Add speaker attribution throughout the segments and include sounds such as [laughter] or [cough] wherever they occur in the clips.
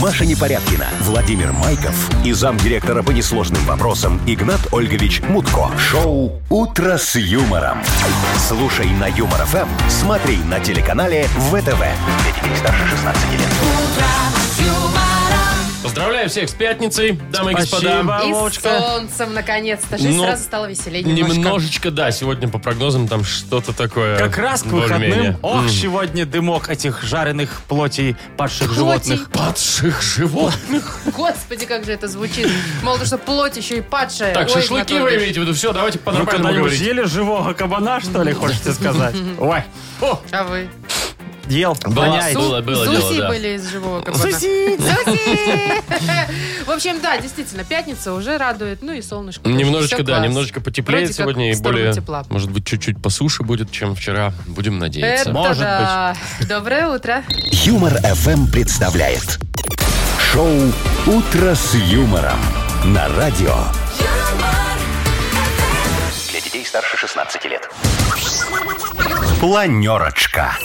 Speaker 1: Маша Непорядкина, Владимир Майков и замдиректора по несложным вопросам Игнат Ольгович Мутко. Шоу «Утро с юмором». Слушай на Юмор ФМ, смотри на телеканале ВТВ. Для детей старше 16 лет.
Speaker 2: Поздравляю всех с пятницей, дамы и господа.
Speaker 3: И с
Speaker 4: Вовочка.
Speaker 3: солнцем, наконец-то. Жизнь
Speaker 2: Ну,
Speaker 3: сразу стала веселее немножко.
Speaker 2: Немножечко, да, сегодня по прогнозам там что-то такое.
Speaker 4: Как раз к
Speaker 2: Э, более-менее.
Speaker 4: выходным. Ох, сегодня дымок этих жареных плотей падших
Speaker 3: Плотей.
Speaker 4: животных.
Speaker 2: Падших животных.
Speaker 3: Господи, как же это звучит. Мало того, что плоть еще и падшая.
Speaker 2: Так,
Speaker 3: Ой,
Speaker 2: шашлыки
Speaker 3: Игнат
Speaker 2: вы
Speaker 3: Ольгович.
Speaker 2: имеете в виду. Все, давайте
Speaker 4: Вы
Speaker 2: по-нормальному
Speaker 4: когда-нибудь
Speaker 2: говорить.
Speaker 4: ели живого кабана, что ли, хочете
Speaker 3: [laughs]
Speaker 4: сказать? Ой,
Speaker 3: А вы?
Speaker 4: ел,
Speaker 2: Была
Speaker 4: воняет.
Speaker 2: суп. Было- было
Speaker 3: Зуси
Speaker 2: дело, да.
Speaker 3: были из живого кабана.
Speaker 4: Суси.
Speaker 3: Зуси! В общем, да, действительно, пятница уже радует. Ну и солнышко. тоже.
Speaker 2: Немножечко,
Speaker 3: Всё
Speaker 2: да,
Speaker 3: класс.
Speaker 2: немножечко потеплее
Speaker 3: Вроде как
Speaker 2: сегодня и
Speaker 3: в сторону
Speaker 2: более,
Speaker 3: тепла.
Speaker 2: может быть, чуть-чуть посуше будет, чем вчера. Будем надеяться.
Speaker 3: Это
Speaker 4: Может
Speaker 3: да. Доброе утро.
Speaker 2: Ну
Speaker 1: Юмор FM представляет. Шоу «Утро с юмором» на радио. Для детей старше 16 лет. Планерочка.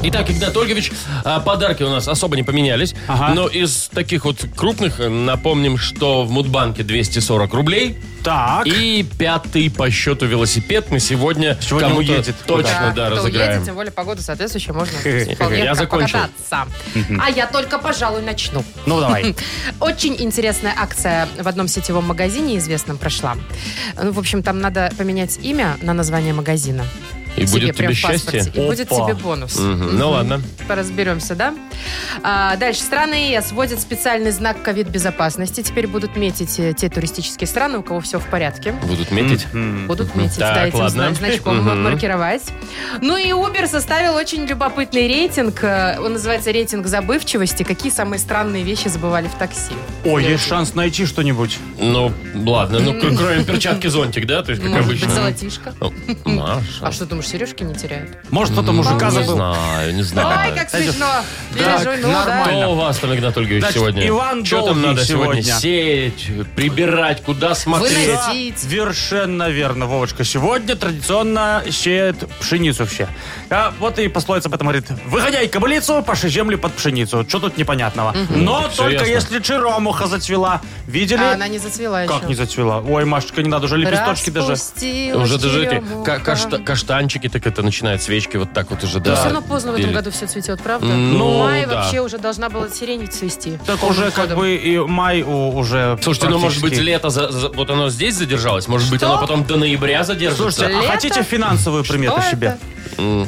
Speaker 2: Итак, Игнат Ольгович, а, подарки у нас особо не поменялись.
Speaker 4: Ага.
Speaker 2: Но из таких вот крупных э, напомним, что в Мудбанке 240 рублей.
Speaker 4: Так.
Speaker 2: И пятый по счету велосипед мы сегодня
Speaker 4: Сегодня
Speaker 2: кому-то
Speaker 4: уедет
Speaker 2: точно,
Speaker 3: Так,
Speaker 2: да,
Speaker 3: кто
Speaker 2: разыграем.
Speaker 3: уедет, тем более погода
Speaker 2: [laughs]
Speaker 3: соответствующая, можно
Speaker 4: Хе-хе-хе.
Speaker 3: вполне
Speaker 2: Я закончил.
Speaker 3: покататься. А я только, пожалуй, начну.
Speaker 2: [laughs]
Speaker 4: Ну, давай.
Speaker 3: Очень интересная акция в одном сетевом магазине известном прошла. Ну, в общем, там надо поменять имя на название магазина.
Speaker 2: И
Speaker 3: Себе
Speaker 2: будет
Speaker 3: прям
Speaker 2: тебе
Speaker 3: в паспорте.
Speaker 2: счастье.
Speaker 3: И будет
Speaker 4: Опа.
Speaker 3: тебе бонус.
Speaker 2: Мгм. Ну ладно.
Speaker 3: Поразберемся, да? А, дальше. Страны ЕС вводят специальный знак ковид-безопасности. Теперь будут метить э, те туристические страны, у кого все в порядке.
Speaker 2: Будут метить.
Speaker 3: Будут метить,
Speaker 2: Так,
Speaker 3: да, этим
Speaker 2: ладно.
Speaker 3: зна- значком
Speaker 2: Мгм.
Speaker 3: маркировать. Ну и Uber составил очень любопытный рейтинг. Э, Он называется рейтинг забывчивости. Какие самые странные вещи забывали в такси?
Speaker 4: Ой, есть шанс найти что-нибудь.
Speaker 2: Ну, ладно. Ну, к- кроме перчатки зонтик, да? То есть, как
Speaker 3: Может быть,
Speaker 2: обычно.
Speaker 3: золотишко?
Speaker 2: Ну, Маша.
Speaker 3: А что, думаешь, сережки не теряют?
Speaker 4: Может, кто-то мужика
Speaker 3: Вполне.
Speaker 2: Не
Speaker 4: забыл.
Speaker 2: знаю, не
Speaker 3: Ой,
Speaker 2: знаю.
Speaker 3: как
Speaker 4: Знаете,
Speaker 3: смешно!
Speaker 4: так,
Speaker 3: Пережу, ну да.
Speaker 4: нормально.
Speaker 2: Кто у вас там, Игнат Ольгович,
Speaker 4: Значит,
Speaker 2: сегодня?
Speaker 4: Иван
Speaker 2: Что там
Speaker 4: Долгий
Speaker 2: надо сегодня?
Speaker 4: сегодня?
Speaker 2: Сеять, прибирать, куда смотреть?
Speaker 3: Выносить.
Speaker 4: Да,
Speaker 3: Сеять.
Speaker 4: Совершенно верно, Вовочка. Сегодня традиционно сеет пшеницу все. А вот и пословица об этом говорит. Выгоняй кобылицу, паши землю под пшеницу. Что тут непонятного? Но
Speaker 2: Всё
Speaker 4: только
Speaker 2: ясно.
Speaker 4: если черемуха зацвела. Видели?
Speaker 3: А она не зацвела еще.
Speaker 4: Как не зацвела? Ой, Машечка, не надо, уже лепесточки даже.
Speaker 2: Уже даже эти ка- кашта- каштанчики, так это начинают свечки вот так вот уже. Да.
Speaker 3: Все равно поздно в этом
Speaker 2: Или-
Speaker 3: году все цветет, правда?
Speaker 2: Ну,
Speaker 3: В мае
Speaker 2: да.
Speaker 3: вообще уже должна была сирень цвести.
Speaker 4: Так уже как бы и май у- уже
Speaker 2: Слушайте, ну может быть
Speaker 4: практически.
Speaker 2: лето, за- за- вот оно здесь задержалось, может быть
Speaker 3: Что?
Speaker 2: оно потом до ноября задержится.
Speaker 4: Слушайте, а
Speaker 3: Лето?
Speaker 4: хотите финансовую примету
Speaker 3: Что
Speaker 4: себе?
Speaker 3: это?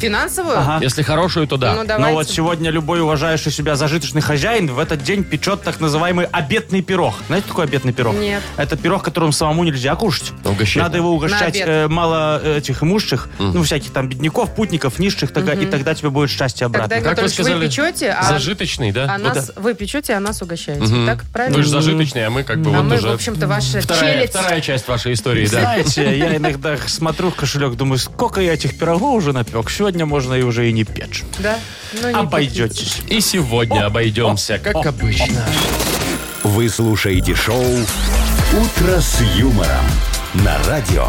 Speaker 3: Финансовую?
Speaker 4: Ага.
Speaker 2: Если хорошую, то да.
Speaker 3: Ну
Speaker 4: Ну вот
Speaker 3: давайте.
Speaker 4: сегодня любой уважающий себя зажиточный хозяин в этот день печет так называемый обетный пирог. Знаете, такой обетный пирог?
Speaker 3: Нет.
Speaker 4: Это пирог, которым самому нельзя кушать.
Speaker 2: Угощать.
Speaker 4: Надо его угощать
Speaker 3: На обед.
Speaker 4: э, мало э, этих имущих, ну, всяких там бедняков, путников, низших, тогда, и тогда тебе будет счастье
Speaker 3: Тогда,
Speaker 4: обратно.
Speaker 2: Как вы
Speaker 3: Игорь вы,
Speaker 2: сказали?
Speaker 3: печете, а,
Speaker 2: Зажиточный, да?
Speaker 3: а
Speaker 2: Вот
Speaker 3: нас вы печете, а нас угощаете. Так, правильно?
Speaker 2: Вы же зажиточный, а мы как бы
Speaker 3: а
Speaker 2: вот
Speaker 3: мы,
Speaker 2: уже...
Speaker 3: в общем-то, ваша
Speaker 2: вторая,
Speaker 3: челядь.
Speaker 2: вторая часть вашей истории, да.
Speaker 4: Знаете, я иногда смотрю в кошелек, думаю, сколько я этих пирогов уже напек. Сегодня можно и уже и не печь.
Speaker 3: Да? Ну, не
Speaker 4: Обойдетесь.
Speaker 2: И сегодня обойдемся, как обычно.
Speaker 1: Вы слушаете шоу «Утро с юмором» на радио.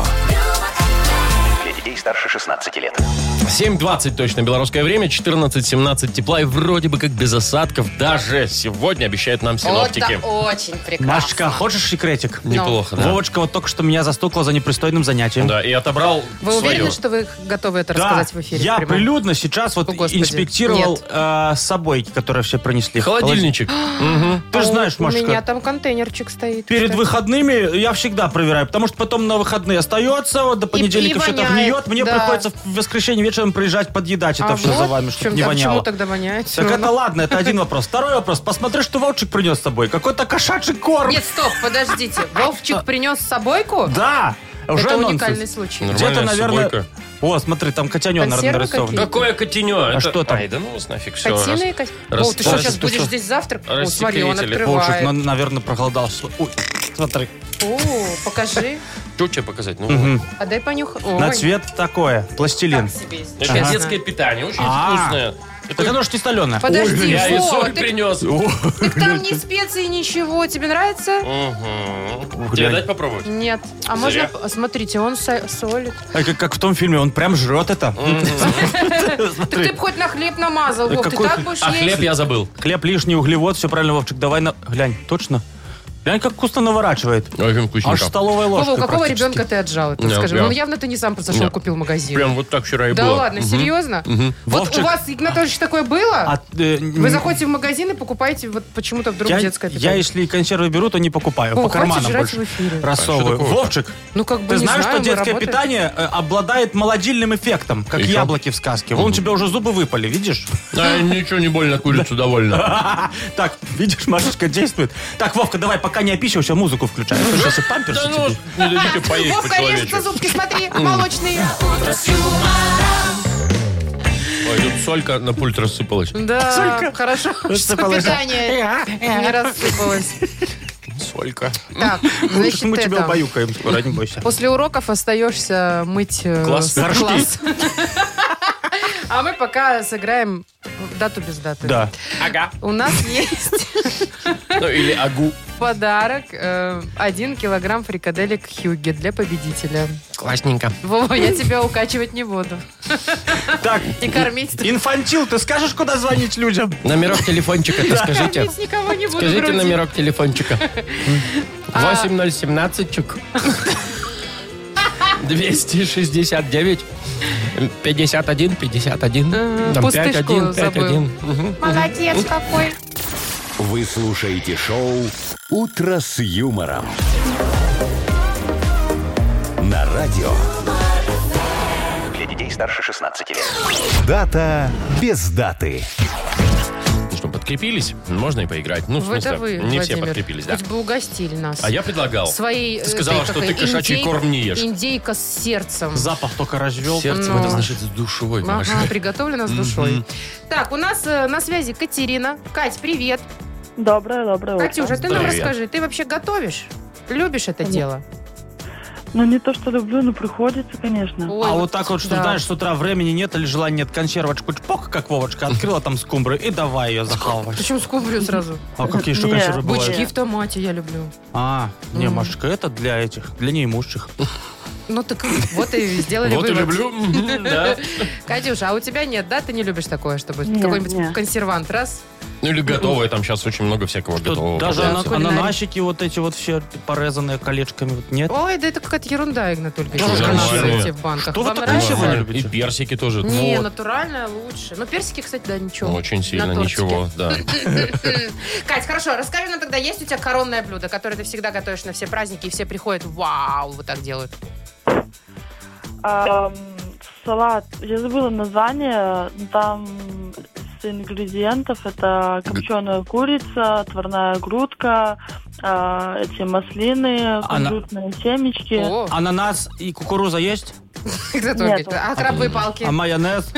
Speaker 1: Для детей старше 16 лет.
Speaker 2: 7.20 точно белорусское время, 14.17 тепла и вроде бы как без осадков даже сегодня обещают нам
Speaker 3: пить. Вот
Speaker 2: синоптики.
Speaker 3: это очень прекрасно.
Speaker 4: Машка, хочешь секретик?
Speaker 2: Ну. Неплохо, да.
Speaker 4: Вовочка вот только что меня застукала за непристойным занятием.
Speaker 2: Да, и отобрал
Speaker 3: Вы
Speaker 2: свое.
Speaker 3: уверены, что вы готовы это рассказать в эфире?
Speaker 4: Я
Speaker 3: прямом?
Speaker 4: прилюдно сейчас вот
Speaker 3: О, Господи,
Speaker 4: инспектировал
Speaker 3: нет.
Speaker 4: э, собойки, которые все принесли.
Speaker 2: Холодильничек. Мгм.
Speaker 4: Холодильник. Ты же
Speaker 3: А
Speaker 4: знаешь,
Speaker 3: у,
Speaker 4: Машка,
Speaker 3: У меня там контейнерчик стоит.
Speaker 4: перед
Speaker 3: Что-
Speaker 4: выходными я всегда проверяю, потому что потом на выходные остается, вот до понедельника все так
Speaker 3: воняет,
Speaker 4: гниет. Мне
Speaker 3: да.
Speaker 4: приходится в воскресенье вечером приезжать подъедать это
Speaker 3: а
Speaker 4: все
Speaker 3: вот
Speaker 4: за вами,
Speaker 3: в
Speaker 4: чтобы
Speaker 3: чем-
Speaker 4: не
Speaker 3: а
Speaker 4: воняло.
Speaker 3: почему тогда ну, воняет? Всё
Speaker 4: Так это
Speaker 3: равно.
Speaker 4: ладно, это один вопрос. Второй вопрос. Посмотри, что Вовчик принес с собой. Какой-то кошачий корм.
Speaker 3: Нет, стоп, подождите. Вовчик принес с собойку?
Speaker 4: А. Да. Уже
Speaker 3: Это
Speaker 4: нонсенс.
Speaker 3: уникальный случай.
Speaker 2: Ну,
Speaker 4: Где-то,
Speaker 2: Нормальная
Speaker 4: наверное...
Speaker 2: собойка.
Speaker 4: О, смотри, там котененок
Speaker 3: Консервы
Speaker 4: нарисован.
Speaker 3: какие-то?
Speaker 2: Какое котенё?
Speaker 4: А что там?
Speaker 2: Ай, да ну вас нафиг все.
Speaker 3: Котиные кос-
Speaker 2: раз-
Speaker 3: Вов, ты что,
Speaker 2: раз-
Speaker 3: сейчас
Speaker 2: ты
Speaker 3: будешь
Speaker 2: что?
Speaker 3: здесь завтрак? О, смотри, он
Speaker 2: Рассекретили.
Speaker 4: Вовчик, ну,
Speaker 3: открывает.
Speaker 4: наверное, проголодался. Ой, смотри.
Speaker 3: О, покажи.
Speaker 2: Что тебе показать? Ну,
Speaker 3: А дай понюхай.
Speaker 4: На
Speaker 3: Ой,
Speaker 4: цвет такое. Пластилин.
Speaker 3: так себе, если
Speaker 2: Это
Speaker 3: честно.
Speaker 2: детское питание, очень
Speaker 4: А.
Speaker 2: вкусное.
Speaker 4: Так оно ж не соленое.
Speaker 3: Подожди,
Speaker 2: Я и
Speaker 3: Вова,
Speaker 2: соль
Speaker 3: ты-
Speaker 2: принес.
Speaker 3: Так там ни специи, ничего. Тебе нравится?
Speaker 2: Угу. Тебе
Speaker 4: Блядь.
Speaker 2: дать попробовать?
Speaker 3: Нет. А
Speaker 2: Зря.
Speaker 3: можно... п- Смотрите, он со- солит.
Speaker 4: А Как, как в том фильме, он прям жрет это.
Speaker 3: Так ты бы хоть на хлеб намазал,
Speaker 4: Да
Speaker 3: Вов. Ты
Speaker 4: какой
Speaker 3: так
Speaker 4: хлеб?
Speaker 3: будешь
Speaker 2: А хлеб
Speaker 3: есть?
Speaker 2: я забыл.
Speaker 4: [laughs] Хлеб лишний, углевод, все правильно, Вовчик, давай на... Глянь, точно? Глянь, как вкусно наворачивает.
Speaker 2: Ой, как вкусненько.
Speaker 4: Аж столовая ложка
Speaker 3: Вова, у какого
Speaker 4: практически.
Speaker 3: ребенка ты отжал это?
Speaker 2: Не,
Speaker 3: Скажи,
Speaker 2: прям.
Speaker 3: ну явно ты не сам зашел,
Speaker 2: Не.
Speaker 3: купил в магазин.
Speaker 2: Прям вот так вчера и
Speaker 3: Да
Speaker 2: было.
Speaker 3: ладно, серьезно? Вот
Speaker 4: Вовчик.
Speaker 3: у вас, Игнатович, такое было?
Speaker 4: А, э, н-
Speaker 3: Вы заходите в магазин и покупаете вот почему-то вдруг
Speaker 4: я,
Speaker 3: детское
Speaker 4: я,
Speaker 3: питание.
Speaker 4: если консервы беру, то не покупаю.
Speaker 3: О,
Speaker 4: по
Speaker 3: хватит
Speaker 4: карманам
Speaker 3: жрать в
Speaker 4: больше.
Speaker 3: эфире.
Speaker 4: Рассовываю.
Speaker 2: А что такого-то?
Speaker 4: Вовчик,
Speaker 3: Ну как бы
Speaker 4: ты
Speaker 3: не
Speaker 4: знаешь,
Speaker 3: знаю,
Speaker 4: что
Speaker 3: мы
Speaker 4: детское
Speaker 3: работаем.
Speaker 4: питание э, обладает молодильным эффектом, как
Speaker 2: И как?
Speaker 4: яблоки в сказке. Вон у тебя уже зубы выпали, видишь? [laughs]
Speaker 2: Да, ничего не больно, курицу довольно.
Speaker 4: Так, видишь, Машечка действует. Так, Вовка, давай, пока не опищивайся, музыку включай. А то Сейчас и памперсы
Speaker 2: Да ну,
Speaker 4: тебе.
Speaker 2: не дадите поесть по
Speaker 3: Вовка режется
Speaker 2: человечески.
Speaker 3: зубки, смотри, молочные.
Speaker 2: Ой, тут солька на пульт рассыпалась.
Speaker 3: Да, хорошо, что
Speaker 4: Рассыпалась. Э, а?
Speaker 3: питание
Speaker 4: [laughs]
Speaker 3: не рассыпалось.
Speaker 2: Солька.
Speaker 3: Так, значит,
Speaker 4: Ну, Мы тебя
Speaker 3: это.
Speaker 4: убаюкаем скоро, не бойся.
Speaker 3: После уроков остаешься мыть э,
Speaker 2: Класс.
Speaker 4: Горшки.
Speaker 3: класс. [laughs] А мы пока сыграем в дату без даты.
Speaker 4: Да.
Speaker 2: Ага.
Speaker 3: У нас есть [laughs]
Speaker 2: Ну или агу.
Speaker 3: подарок. э, Один килограмм фрикаделек Хьюги для победителя.
Speaker 2: Классненько.
Speaker 3: Вова, я тебя укачивать не буду.
Speaker 4: Так,
Speaker 3: И кормить ты-
Speaker 4: инфантил, ты скажешь, куда звонить людям?
Speaker 2: Номерок телефончика это скажите.
Speaker 3: Кормить [laughs] никого не буду. А.
Speaker 2: Скажите
Speaker 3: груди.
Speaker 2: номерок
Speaker 3: [laughs]
Speaker 2: телефончика. 8017 чук. 269 51 51
Speaker 3: Э,
Speaker 2: там,
Speaker 3: пустышку
Speaker 2: 51 51 Ну,
Speaker 3: Молодец какой.
Speaker 1: Вы слушаете шоу «Утро с юмором». На радио.
Speaker 5: Для детей старше 16 лет.
Speaker 1: Дата без даты.
Speaker 2: Ну что, подкрепились? Можно и поиграть. Ну, в
Speaker 3: Вы
Speaker 2: смысле,
Speaker 3: это вы,
Speaker 2: не все
Speaker 3: Владимир.
Speaker 2: подкрепились, да.
Speaker 3: Хоть бы угостили нас.
Speaker 2: А я предлагал.
Speaker 3: Своей,
Speaker 2: Ты
Speaker 3: э,
Speaker 2: сказала,
Speaker 3: этой,
Speaker 2: что
Speaker 3: как
Speaker 2: ты
Speaker 3: ее,
Speaker 2: кошачий
Speaker 3: индей-
Speaker 2: корм не ешь.
Speaker 3: Индейка с сердцем.
Speaker 4: Запах только развел.
Speaker 2: Сердце
Speaker 3: Ну.
Speaker 2: это значит с душой.
Speaker 3: Ага,
Speaker 2: Маша.
Speaker 3: приготовлена с душой. Так, у нас э, на связи Катерина. Кать, привет.
Speaker 6: Доброе, доброе утро.
Speaker 3: Катюша, ты нам
Speaker 2: Привет.
Speaker 3: расскажи, ты вообще готовишь? Любишь это
Speaker 6: Конечно.
Speaker 3: дело?
Speaker 6: Ну, не то, что люблю, но приходится, конечно.
Speaker 3: Ой,
Speaker 4: а вот так вот, что
Speaker 3: да.
Speaker 4: знаешь, с утра времени нет или желания нет, консервочку чпок, как Вовочка, открыла там скумбры и давай ее захалывать.
Speaker 3: Причем скумбрию сразу.
Speaker 4: А какие еще
Speaker 6: Не,
Speaker 4: консервы
Speaker 3: Бычки
Speaker 4: бывают?
Speaker 3: в томате я люблю.
Speaker 4: А, не,
Speaker 3: Мгм.
Speaker 4: Машечка, это для этих, для неимущих.
Speaker 3: Ну так [laughs] вот и сделали
Speaker 2: Вот и
Speaker 3: вывод. [laughs]
Speaker 2: люблю. Мгм, да.
Speaker 3: Катюша, а у тебя нет, да? Ты не любишь такое, чтобы
Speaker 6: Нет,
Speaker 3: какой-нибудь
Speaker 6: нет.
Speaker 3: консервант раз?
Speaker 2: Ну или готовое, там сейчас очень много всякого
Speaker 4: Тут
Speaker 2: готового.
Speaker 4: Даже
Speaker 2: продается.
Speaker 4: ана-
Speaker 3: Кулинарий.
Speaker 4: ананасики вот эти вот все порезанные колечками вот нет.
Speaker 3: Ой, да это какая-то ерунда, Игнатольевич.
Speaker 4: Тоже
Speaker 2: нормально.
Speaker 3: в банках.
Speaker 4: Что вы
Speaker 3: Вам
Speaker 4: такое
Speaker 3: нравится?
Speaker 4: Ничего не
Speaker 2: Бывает. И
Speaker 4: любите.
Speaker 2: персики тоже.
Speaker 3: Не,
Speaker 2: Ну, вот,
Speaker 3: натуральное лучше. Но персики, кстати, да, ничего.
Speaker 2: Очень сильно
Speaker 3: На тортике. [laughs]
Speaker 2: ничего, да.
Speaker 3: Кать, хорошо, расскажи нам тогда, есть у тебя коронное блюдо, которое ты всегда готовишь на все праздники, и все приходят, вау, вот так делают.
Speaker 6: А, м, салат, я забыла название, там с ингредиентов это копченая курица, отварная грудка, а, эти маслины,
Speaker 4: Она-
Speaker 6: кунжутные семечки.
Speaker 3: О, [laughs]
Speaker 4: Ананас и кукуруза есть,
Speaker 3: Игнат Ольгович,
Speaker 6: нету.
Speaker 3: а крабовые палки?
Speaker 4: а майонез.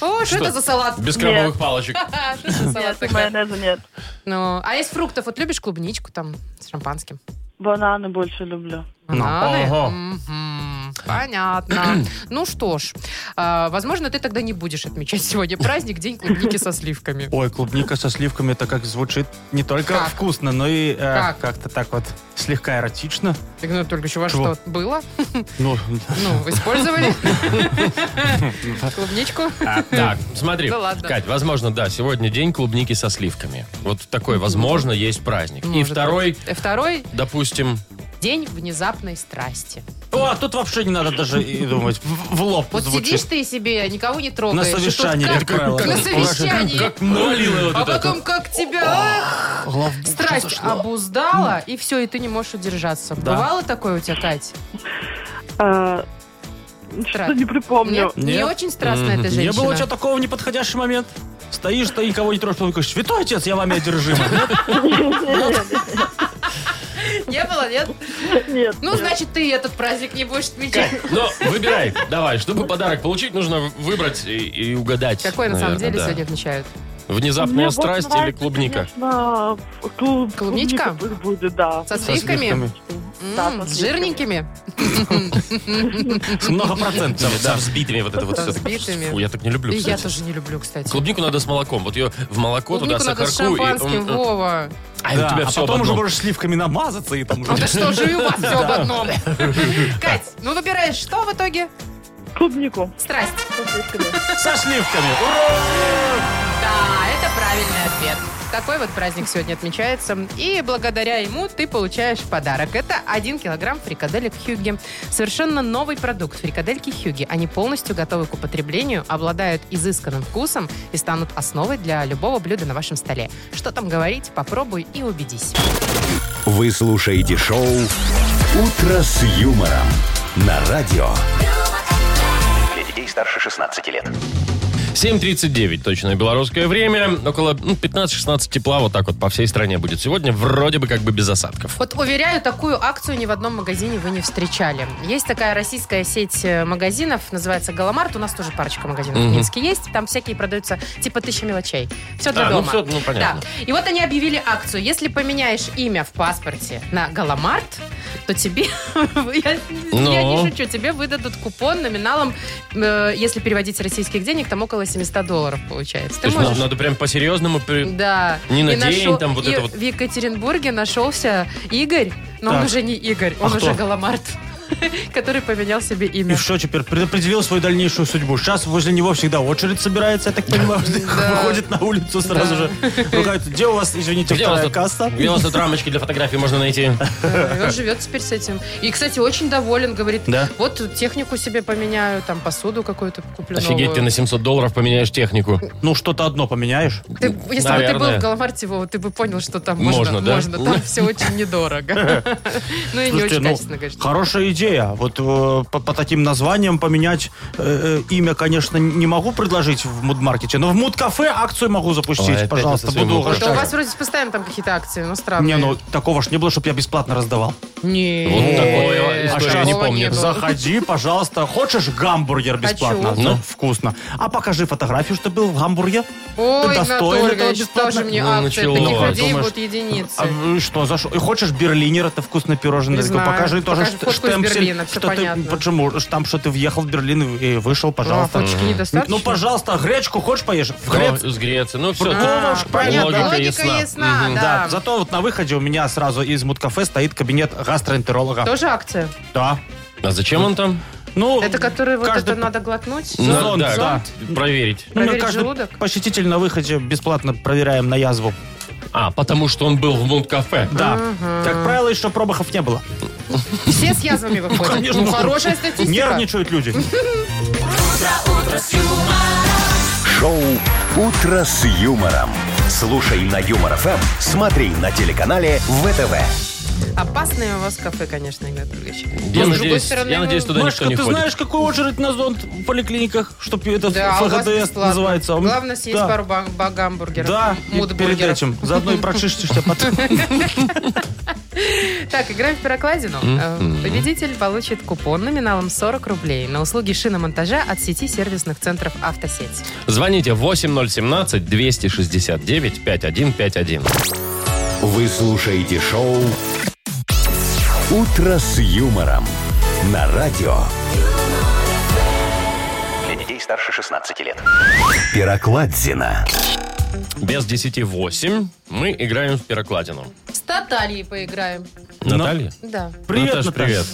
Speaker 3: О, что
Speaker 2: Что?
Speaker 3: это за салат?
Speaker 2: Без
Speaker 6: Нет.
Speaker 2: крабовых
Speaker 3: [laughs]
Speaker 2: палочек.
Speaker 3: А, что за салат
Speaker 6: Нет,
Speaker 3: такой?
Speaker 6: майонеза нет.
Speaker 3: Ну, а из фруктов, вот любишь клубничку там с шампанским?
Speaker 6: Бананы больше люблю.
Speaker 4: Ну,
Speaker 3: Бананы?
Speaker 4: ого.
Speaker 3: Мгм. Понятно. Ну что ж, а, возможно, ты тогда не будешь отмечать сегодня праздник, день клубники со сливками.
Speaker 4: Ой, клубника со сливками, это как звучит не только
Speaker 3: Как?
Speaker 4: вкусно, но и э,
Speaker 3: Как?
Speaker 4: как-то так вот слегка эротично.
Speaker 3: Игнат Ольгович, у вас
Speaker 4: Чего?
Speaker 3: что, было?
Speaker 4: Ну, [laughs]
Speaker 3: Ну, использовали клубничку?
Speaker 2: Так, смотри,
Speaker 3: Да ладно.
Speaker 2: Кать, возможно, да, сегодня день клубники со сливками. Вот такой, возможно, есть праздник. И
Speaker 3: Может
Speaker 2: второй,
Speaker 3: быть. Э, Второй
Speaker 2: допустим,
Speaker 3: день внезапной страсти.
Speaker 4: О, а тут вообще не надо даже и думать. В, в лоб
Speaker 3: Вот сидишь
Speaker 4: звучит.
Speaker 3: ты себе, никого не трогаешь.
Speaker 4: На
Speaker 3: и тут
Speaker 4: совещании,
Speaker 3: как-
Speaker 4: как правило.
Speaker 3: На
Speaker 4: Как-
Speaker 3: совещании.
Speaker 2: как налила вот
Speaker 3: А
Speaker 2: это.
Speaker 3: потом как тебя эх,
Speaker 4: Главбух
Speaker 3: страсть
Speaker 4: зашла.
Speaker 3: обуздала, и все, и ты не можешь удержаться.
Speaker 4: Да.
Speaker 3: Бывало такое у тебя, Кать?
Speaker 6: А,
Speaker 3: Тра-
Speaker 6: Что не припомню.
Speaker 3: Нет? Не
Speaker 4: Нет.
Speaker 3: очень страстная
Speaker 2: Мгм.
Speaker 3: эта
Speaker 4: Не
Speaker 3: женщина.
Speaker 4: было у тебя такого в неподходящий момент? Стоишь, ты никого не трожь, потом говоришь, святой отец, я вами одержима.
Speaker 6: [laughs]
Speaker 3: Не было, нет?
Speaker 6: Нет.
Speaker 3: Ну, значит, ты этот праздник не будешь отмечать.
Speaker 2: Кать, ну, выбирай, давай. Чтобы подарок получить, нужно выбрать и, и угадать.
Speaker 3: Какой на самом
Speaker 2: наверное,
Speaker 3: деле
Speaker 2: да.
Speaker 3: сегодня отмечают?
Speaker 2: Внезапная
Speaker 6: Мне больше
Speaker 2: страсть или
Speaker 6: нравится,
Speaker 2: клубника?
Speaker 6: конечно, клуб-
Speaker 3: Клубничка?
Speaker 6: клубника пусть будет, да.
Speaker 3: Со
Speaker 4: Со
Speaker 3: сливками?
Speaker 6: Да, со сливками.
Speaker 3: М, С жирненькими?
Speaker 4: С многопроцентными,
Speaker 2: Со
Speaker 4: да.
Speaker 2: взбитыми вот это вот
Speaker 3: Со
Speaker 2: все. так-
Speaker 3: взбитыми.
Speaker 2: Фу, я так не люблю,
Speaker 3: И я
Speaker 2: кстати.
Speaker 3: тоже не люблю, кстати.
Speaker 2: Клубнику надо с молоком. Вот ее в молоко,
Speaker 3: Клубнику
Speaker 2: туда
Speaker 3: надо с
Speaker 2: сахарку. и, э,
Speaker 3: шампанским,
Speaker 2: м, м.
Speaker 3: Вова.
Speaker 2: А, и у
Speaker 4: Да,
Speaker 2: тебя
Speaker 4: а
Speaker 2: все
Speaker 4: потом
Speaker 2: об
Speaker 4: уже
Speaker 2: одном.
Speaker 4: можешь сливками намазаться и там уже...
Speaker 3: Да что же и у вас все об одном. Кать, ну выбираешь что в итоге?
Speaker 6: Клубнику.
Speaker 3: Страсть.
Speaker 6: со сливками.
Speaker 4: [laughs] Со сливками. Ура!
Speaker 3: Да, это правильный ответ. Такой вот праздник сегодня отмечается. И благодаря ему ты получаешь подарок. Это 1 килограмм фрикаделек Хьюги. Совершенно новый продукт. Фрикадельки Хьюги. Они полностью готовы к употреблению, обладают изысканным вкусом и станут основой для любого блюда на вашем столе. Что там говорить, попробуй и убедись.
Speaker 1: Вы слушаете шоу «Утро с юмором» на радио.
Speaker 5: Для детей старше 16 лет.
Speaker 2: 7.39, точное белорусское время. Около ну, 15-16 тепла вот так вот по всей стране будет сегодня. Вроде бы как бы без осадков.
Speaker 3: Вот, уверяю, такую акцию ни в одном магазине вы не встречали. Есть такая российская сеть э, магазинов, называется «Галамарт». У нас тоже парочка магазинов в
Speaker 2: Мгм.
Speaker 3: Минске есть. Там всякие продаются типа тысяча мелочей. Все для
Speaker 2: А, ну
Speaker 3: дома.
Speaker 2: всё, ну, понятно.
Speaker 3: Да. И вот они объявили акцию. Если поменяешь имя в паспорте на «Галамарт», то тебе, [laughs] я, я
Speaker 2: Ну?
Speaker 3: не шучу, тебе выдадут купон номиналом, э, если переводить российских денег, там около 700 долларов получается.
Speaker 2: То
Speaker 3: Ты
Speaker 2: есть
Speaker 3: можешь...
Speaker 2: надо, надо прям по-серьезному... при-
Speaker 3: Да.
Speaker 2: Не на
Speaker 3: И
Speaker 2: день, там вот
Speaker 3: и
Speaker 2: это вот.
Speaker 3: В Екатеринбурге нашелся Игорь, но он
Speaker 4: Так.
Speaker 3: уже не Игорь,
Speaker 4: А
Speaker 3: он
Speaker 4: кто?
Speaker 3: уже Галамарт, [laughs] который поменял себе
Speaker 4: И
Speaker 3: имя.
Speaker 4: что теперь? Предопределил свою дальнейшую судьбу. Сейчас возле него всегда очередь собирается, я так понимаю. [laughs] Выходит на улицу сразу же. Ругаются. Где у вас, извините,
Speaker 2: Где у вас
Speaker 4: вторая
Speaker 2: тут-
Speaker 4: касса?
Speaker 2: [laughs] где у вас тут рамочки для фотографий можно
Speaker 3: [laughs]
Speaker 2: найти?
Speaker 3: Да, и он живет теперь с этим. И, кстати, очень доволен, говорит,
Speaker 4: Да.
Speaker 3: вот технику себе поменяю, там посуду какую-то куплю
Speaker 2: Офигеть, ты на
Speaker 3: новую.
Speaker 2: 700 долларов поменяешь технику.
Speaker 4: Ну, что-то одно поменяешь.
Speaker 3: Ты- если бы ты
Speaker 2: Наверное.
Speaker 3: был в Галамарте, Вова, ты бы понял, что там
Speaker 2: Можно,
Speaker 3: можно.
Speaker 2: да?
Speaker 3: Можно,
Speaker 2: [laughs]
Speaker 3: там все очень недорого. [laughs] Ну и не
Speaker 4: Слушайте,
Speaker 3: очень
Speaker 4: ну,
Speaker 3: качественно, конечно.
Speaker 4: хорошая идея. Вот э, по, по таким названиям поменять э, э, имя, конечно, не могу предложить в мудмаркете, но в мудкафе акцию могу запустить,
Speaker 2: Ой, опять
Speaker 4: пожалуйста.
Speaker 2: на своем
Speaker 4: Буду
Speaker 2: мудмаркете.
Speaker 3: Что, у
Speaker 4: угощать.
Speaker 3: вас вроде постоянно там какие-то акции, но
Speaker 4: Не,
Speaker 3: странные.
Speaker 4: ну такого ж не было, чтобы я бесплатно раздавал.
Speaker 3: Не.
Speaker 2: Вот такое
Speaker 4: А
Speaker 2: историю
Speaker 4: щас
Speaker 2: не
Speaker 4: такого
Speaker 2: помню.
Speaker 3: не было.
Speaker 4: Заходи, пожалуйста. Хочешь гамбургер бесплатно?
Speaker 3: Хочу.
Speaker 2: Ну.
Speaker 4: вкусно. А покажи фотографию, что был в гамбурге.
Speaker 3: Ой,
Speaker 4: Достоин
Speaker 3: Анатолий,
Speaker 4: этого
Speaker 3: Ильич, тоже
Speaker 4: бесплатно?
Speaker 3: мне
Speaker 2: Ну,
Speaker 3: акция.
Speaker 2: началось.
Speaker 3: Таких людей
Speaker 4: Думаешь,
Speaker 3: будут единицы.
Speaker 4: А, э, что, за что? И хочешь берлинер, это вкусное пирожное.
Speaker 3: Не
Speaker 4: Я говорю,
Speaker 3: знаю.
Speaker 4: Покажи тоже
Speaker 3: Покажи
Speaker 4: шт-
Speaker 3: фотку из
Speaker 4: штемпель,
Speaker 3: Берлина, всё
Speaker 4: что ты,
Speaker 3: понятно. Ну, а
Speaker 4: почему, штамп, что ты въехал в Берлин и вышел, пожалуйста.
Speaker 3: Фоточки недостаточно?
Speaker 4: Ну, пожалуйста, гречку хочешь поешь? В
Speaker 2: Грец.
Speaker 4: Греции.
Speaker 2: С Греции. Ну, все,
Speaker 3: А,
Speaker 4: Вовушка,
Speaker 3: понятно.
Speaker 2: логика
Speaker 3: Логика
Speaker 2: ясна.
Speaker 3: ясна,
Speaker 4: Мгм,
Speaker 3: да.
Speaker 4: да. Зато вот на выходе у меня сразу из мудкафе стоит кабинет гастроэнтеролога.
Speaker 3: Тоже акция?
Speaker 4: Да.
Speaker 2: А зачем он там?
Speaker 4: Ну,
Speaker 3: Это который вот
Speaker 4: каждый
Speaker 3: это надо глотнуть?
Speaker 4: Ну,
Speaker 2: На-
Speaker 4: зонт,
Speaker 2: да,
Speaker 4: зонт.
Speaker 2: проверить.
Speaker 4: Ну, мы
Speaker 3: проверить
Speaker 4: каждый
Speaker 3: желудок?
Speaker 4: посетитель на выходе бесплатно проверяем на язву.
Speaker 2: А, потому что он был в Мунт-кафе.
Speaker 4: Да. Как правило, еще промахов не было.
Speaker 3: Все с язвами выходят.
Speaker 4: Конечно.
Speaker 3: Ну, хорошая статистика.
Speaker 4: Нервничают люди.
Speaker 1: Шоу «Утро с юмором». Слушай на Юмор ФМ, смотри на телеканале ВТВ.
Speaker 3: Опасное у вас кафе, конечно, Игнат Ольгович.
Speaker 2: Я
Speaker 3: Но, с другой
Speaker 2: надеюсь,
Speaker 3: стороны,
Speaker 2: я надеюсь,
Speaker 3: ну,
Speaker 2: туда
Speaker 4: Машка,
Speaker 2: никто не
Speaker 4: ты
Speaker 2: ходит.
Speaker 4: знаешь, какую очередь на зонт в поликлиниках, что это
Speaker 3: Да, а у вас
Speaker 4: ФХДС
Speaker 3: бесплатно.
Speaker 4: называется? А у меня-
Speaker 3: Главное съесть
Speaker 4: Да.
Speaker 3: пару ба- ба- гамбургеров.
Speaker 4: Да, и
Speaker 3: мудбургеров.
Speaker 4: перед этим. Заодно и прочистишься
Speaker 2: [laughs]
Speaker 4: потом.
Speaker 3: Так, играем в пирокладину. Э, Победитель получит купон номиналом 40 рублей на услуги шиномонтажа от сети сервисных центров «Автосеть».
Speaker 2: Звоните 8017-269-5151.
Speaker 1: Вы слушаете шоу «Утро с юмором» на радио.
Speaker 5: Для детей старше 16 лет.
Speaker 1: Пирокладзина.
Speaker 2: Без 10-8 мы играем в пирокладину.
Speaker 3: С Татальей поиграем.
Speaker 2: Наталья?
Speaker 3: Да,
Speaker 4: Привет,
Speaker 2: Наташ, привет.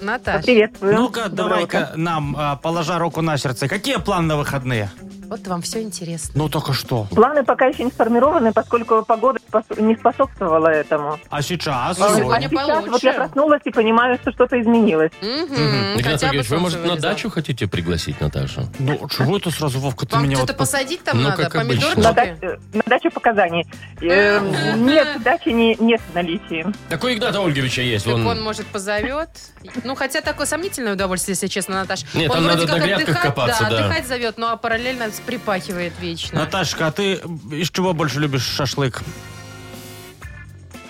Speaker 3: Наташа.
Speaker 6: Приветствую.
Speaker 4: Ну-ка, давай-ка нам, а, положа руку на сердце, какие планы на выходные?
Speaker 3: Вот вам все интересно.
Speaker 4: Ну, только что.
Speaker 7: Планы пока еще не сформированы, поскольку погода спос- не способствовала этому.
Speaker 4: А сейчас?
Speaker 3: Ну,
Speaker 7: А
Speaker 4: что?
Speaker 3: сегодня
Speaker 7: сейчас вот
Speaker 3: получше.
Speaker 7: я проснулась и понимаю, что что-то изменилось.
Speaker 3: Мгм.
Speaker 2: Мгм. Игнат
Speaker 3: Ну, Хотя бы
Speaker 2: Ольгович, вы,
Speaker 3: солнце
Speaker 2: может, на
Speaker 3: вылезло.
Speaker 2: дачу хотите пригласить Наташу?
Speaker 4: Ну, чего это сразу, Вовка, ты
Speaker 3: Вам
Speaker 4: меня
Speaker 3: что-то
Speaker 4: вот...
Speaker 3: посадить там
Speaker 2: Ну,
Speaker 3: надо?
Speaker 2: как обычно.
Speaker 3: Помидорчики?
Speaker 7: На, да- э, на даче показаний. Э, Нет, дачи не, нет в наличии.
Speaker 2: Так у Игната Ольговича есть.
Speaker 3: Так
Speaker 2: Он...
Speaker 3: он, может, позовет. Ну, хотя такое сомнительное удовольствие, если честно, Наташ.
Speaker 2: Нет,
Speaker 3: он
Speaker 2: там
Speaker 3: вроде
Speaker 2: надо
Speaker 3: как
Speaker 2: на грядках
Speaker 3: отдыхать,
Speaker 2: копаться, да.
Speaker 3: отдыхать зовет, ну а параллельно припахивает вечно.
Speaker 4: Наташка, а ты из чего больше любишь шашлык?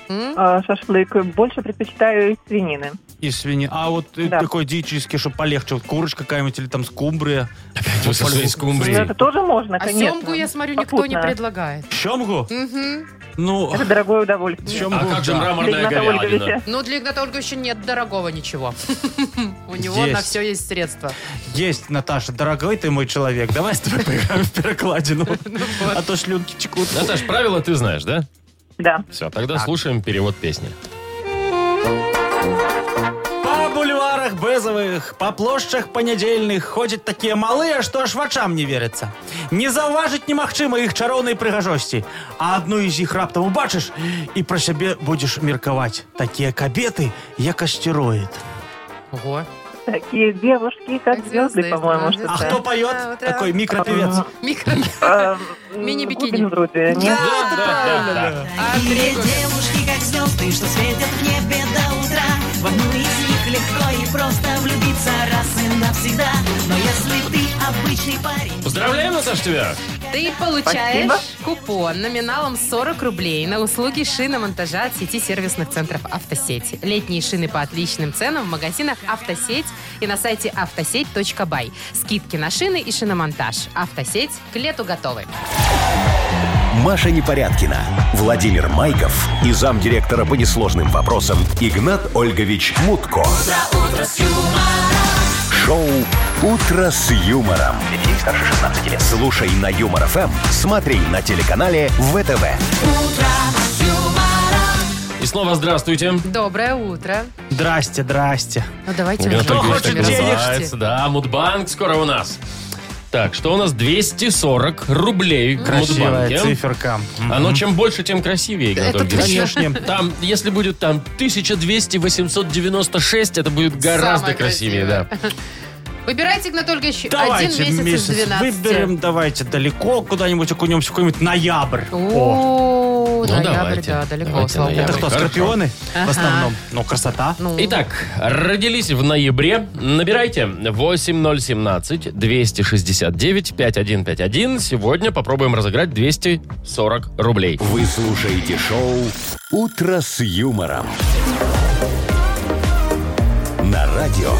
Speaker 3: М?
Speaker 7: А, Шашлык больше предпочитаю из свинины.
Speaker 4: и свинина. А вот э,
Speaker 7: Да.
Speaker 4: такой диетический, чтобы полегче. Вот курочка какая-нибудь или там скумбрия.
Speaker 2: Опять вы со своей
Speaker 7: Ну,
Speaker 2: скумбрией.
Speaker 7: это тоже можно,
Speaker 3: А
Speaker 7: конечно.
Speaker 3: семгу, я смотрю, никто не
Speaker 7: Попутно.
Speaker 3: предлагает.
Speaker 4: Щемгу?
Speaker 3: Мгм.
Speaker 4: Ну,
Speaker 7: Это дорогое удовольствие.
Speaker 4: щемгу,
Speaker 2: А как же
Speaker 4: да.
Speaker 7: Для
Speaker 2: мраморная
Speaker 7: Игната
Speaker 2: говядина?
Speaker 7: Ольговича.
Speaker 3: Ну, для Игната Ольговича нет дорогого ничего. [laughs] У него на
Speaker 4: Есть.
Speaker 3: все есть средства.
Speaker 4: Есть, Наташа, дорогой ты мой человек. Давай с тобой поиграем в
Speaker 3: [laughs]
Speaker 4: перекладину.
Speaker 3: Ну
Speaker 4: А то шлюнки текут.
Speaker 2: Наташ, правила ты знаешь, да?
Speaker 7: Да.
Speaker 2: Все, тогда слушаем перевод песни.
Speaker 4: По бульварах Безовых, по площадях понедельных ходят такие малые, что аж в очам не верится. Не зауважить немагчыма их чароўнай прыгажосці. А одну из іх раптам убачыш і пра сябе будзеш меркаваць. Такія кабеты, як астероід.
Speaker 3: Ого.
Speaker 7: Такие девушки, как,
Speaker 3: Как звезды,
Speaker 7: звезды, по-моему,
Speaker 3: да,
Speaker 7: что
Speaker 4: А
Speaker 3: Да.
Speaker 4: кто поет?
Speaker 3: Да, вот, да.
Speaker 4: Такой микропевец.
Speaker 7: А.
Speaker 3: Микро- Мини-бикини. А,
Speaker 7: Губин вроде, нет?
Speaker 2: Да, да, да.
Speaker 8: Такие
Speaker 3: Андрей Губин.
Speaker 8: девушки, как звезды, что светят в небе до утра. В одну из них легко и просто влюбиться раз и навсегда. Но если ты обычный парень...
Speaker 2: Поздравляем, Наташ, тебя!
Speaker 3: Ты получаешь купон номиналом 40 рублей на услуги шиномонтажа от сети сервисных центров «Автосеть». Летние шины по отличным ценам в магазинах «Автосеть» и на сайте автосеть.бай. Скидки на шины и шиномонтаж. «Автосеть» к лету готовы.
Speaker 1: Маша Непорядкина, Владимир Майков и замдиректора по несложным вопросам Игнат Ольгович Мутко. Шоу Утро с юмором.
Speaker 5: Для детей старше 16 лет.
Speaker 1: Слушай на юмор ФМ, смотри на телеканале ВТВ.
Speaker 2: И снова здравствуйте.
Speaker 3: Доброе утро.
Speaker 4: Здрасте, здрасте.
Speaker 3: Ну, давайте
Speaker 2: Игнат
Speaker 3: уже.
Speaker 4: Кто
Speaker 2: Ольгович
Speaker 4: хочет
Speaker 2: так и
Speaker 4: денег?
Speaker 2: называется. Да, Мудбанк скоро у нас. Так, что у нас? 240 рублей в Мудбанке.
Speaker 4: Красивая циферка. М.
Speaker 2: Оно чем больше, тем красивее, Игнат
Speaker 3: Это
Speaker 2: Ольгович.
Speaker 4: Конечно.
Speaker 2: Там, если будет там 1200 896, это будет гораздо
Speaker 3: Самое
Speaker 2: красивее, да.
Speaker 3: Выбирайте, Игнат Ольгович,
Speaker 4: Давайте
Speaker 3: один месяц, из
Speaker 4: месяц
Speaker 3: 12.
Speaker 4: выберем, давайте далеко куда-нибудь окунемся, в какой-нибудь ноябрь. О,
Speaker 3: О,
Speaker 2: Ну,
Speaker 3: ноябрь,
Speaker 2: давайте.
Speaker 3: да, далеко.
Speaker 2: Давайте
Speaker 3: слава богу.
Speaker 4: Это
Speaker 2: ноябрь.
Speaker 4: кто,
Speaker 2: Хорошо.
Speaker 4: скорпионы?
Speaker 3: Ага.
Speaker 4: В основном. Ну, красота.
Speaker 3: Ну,
Speaker 2: Итак, родились в ноябре. Набирайте 8017-269-5151. Сегодня попробуем разыграть 240 рублей.
Speaker 1: Вы слушаете шоу Утро с юмором. На радио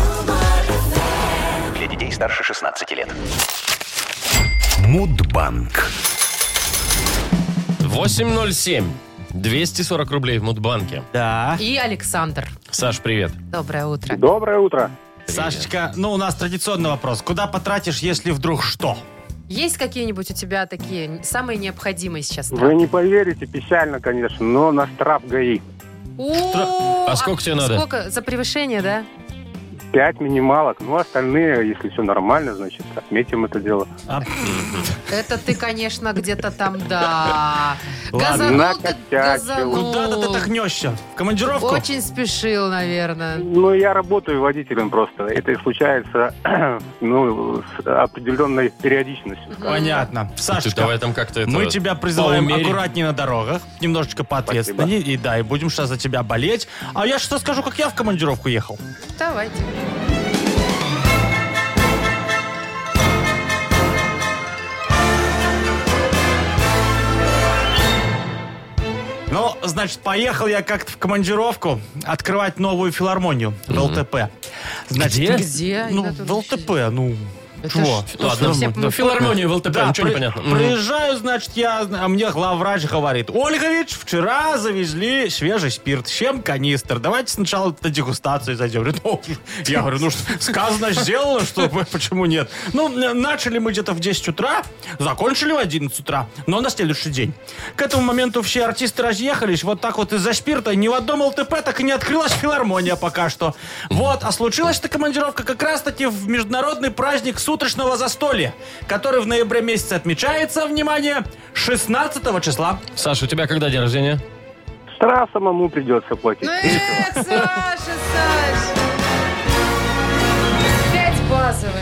Speaker 5: Для детей старше 16 лет.
Speaker 1: Мудбанк.
Speaker 2: 807. 240 рублей в Мудбанке.
Speaker 4: Да.
Speaker 3: И Александр.
Speaker 2: Саш, привет.
Speaker 3: Доброе утро.
Speaker 9: Доброе утро.
Speaker 4: Сашечка, ну у нас традиционный вопрос. Куда потратишь, если вдруг что?
Speaker 3: Есть какие-нибудь у тебя такие н- самые необходимые сейчас
Speaker 9: Вы
Speaker 3: траты?
Speaker 9: не поверите, печально, конечно, но на штраф ГАИ.
Speaker 3: О,
Speaker 2: А сколько тебе надо?
Speaker 3: Сколько? За превышение, да?
Speaker 9: Пять минималок, ну остальные, если все нормально, значит, отметим это дело.
Speaker 4: А,
Speaker 3: Это ты, конечно, где-то там, да.
Speaker 4: Ладно,
Speaker 3: Газанул ты,
Speaker 9: накосячил.
Speaker 3: газанул.
Speaker 4: Куда ты тахнешься? В командировку?
Speaker 3: Очень спешил, наверное.
Speaker 9: Ну, я работаю водителем просто. Это случается, [clears throat] ну, с определенной периодичностью. скажем.
Speaker 4: Понятно.
Speaker 2: Ну, Ты
Speaker 4: Сашечка,
Speaker 2: давай там как-то это,
Speaker 4: мы тебя призываем
Speaker 2: поумерь.
Speaker 4: аккуратнее на дорогах, немножечко поответственнее, и да, и будем сейчас за тебя болеть. А я что скажу, как я в командировку ехал?
Speaker 3: Давайте.
Speaker 4: Ну, значит, поехал я как-то в командировку открывать новую филармонию в ЛТП.
Speaker 2: Где?
Speaker 3: Где,
Speaker 4: Ну,
Speaker 3: Игнат
Speaker 4: в
Speaker 3: Ольгович?
Speaker 4: ЛТП, ну,
Speaker 3: Это
Speaker 4: чего?
Speaker 3: ж-
Speaker 2: Ладно,
Speaker 3: Все-
Speaker 2: ну, филармонию в ЛТП,
Speaker 4: Да,
Speaker 2: ничего
Speaker 4: при-
Speaker 2: не понятно. Мгм.
Speaker 4: Приезжаю, значит, я, а мне главврач говорит, Ольгович, вчера завезли свежий спирт, с чем канистр, давайте сначала на дегустацию зайдем. Говорит, «Ну, я говорю, ну что, сказано, сделано, что, вы- почему нет? Ну, н- начали мы где-то в 10 утра, закончили в 11 утра, но на следующий день. К этому моменту все артисты разъехались, вот так вот из-за спирта ни в одном ЛТП так и не открылась филармония пока что. Вот, а случилась эта командировка как раз-таки в международный праздник суточного застолья, который в ноябре месяце отмечается, внимание, 16 числа.
Speaker 2: Саш, у тебя когда день рождения?
Speaker 9: Штраф самому придется платить.
Speaker 3: Ну, эх, Саша, Саш. Пять базовых.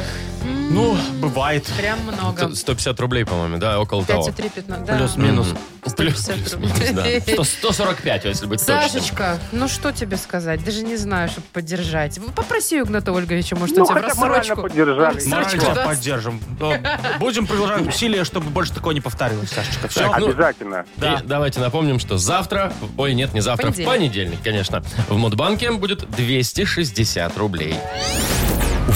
Speaker 3: М.
Speaker 4: Ну, бывает.
Speaker 3: Прям много.
Speaker 4: Э,
Speaker 2: Т- 150 рублей, по-моему, да, около того.
Speaker 3: 5,3,15. Да.
Speaker 4: Плюс-минус.
Speaker 2: Плюс,
Speaker 3: 150
Speaker 2: плюс, минус, да.
Speaker 3: [laughs] рублей.
Speaker 2: Сто- 145, если быть точным.
Speaker 3: Сашечка, ну что тебе сказать? Даже не знаю, чтобы поддержать. Ну, Попроси у Игната Ольговича, может,
Speaker 9: Ну,
Speaker 3: у тебя в
Speaker 9: хотя бы морально
Speaker 3: рассрочку.
Speaker 9: поддержали.
Speaker 3: Рассрочку
Speaker 4: Морально
Speaker 3: даст.
Speaker 4: поддержим. Да, Будем приложать усилия, чтобы больше такого не повторилось, Сашечка. Все.
Speaker 2: Так, ну,
Speaker 9: Обязательно.
Speaker 2: И давайте напомним, что завтра, ой, нет, не завтра,
Speaker 3: Понедельник.
Speaker 2: в понедельник, конечно, в Мудбанке будет 260 рублей.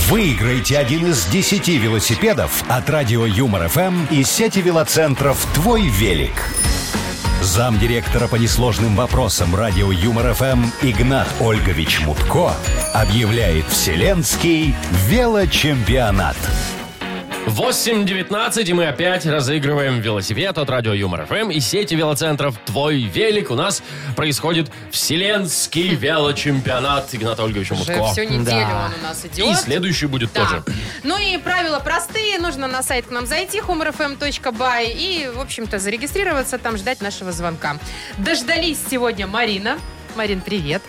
Speaker 1: Выиграйте один из 10 велосипедов от радио Юмор ФМ и сети велоцентров «Твой велик». Замдиректора по несложным вопросам радио Юмор ФМ Игнат Ольгович Мутко объявляет Вселенский велочемпионат.
Speaker 2: 8.19, и мы опять разыгрываем велосипед от радио Юмор ФМ и сети велоцентров «Твой велик». У нас происходит Вселенский велочемпионат Игната Ольговича
Speaker 3: Уже
Speaker 2: Мутко.
Speaker 3: всю неделю он у нас идет.
Speaker 2: И следующий будет
Speaker 3: Да.
Speaker 2: тоже.
Speaker 3: Ну и правила простые. Нужно на сайт к нам зайти, humorfm.by, и, в общем-то, зарегистрироваться, там ждать нашего звонка. Дождались сегодня Марина. Марин, привет.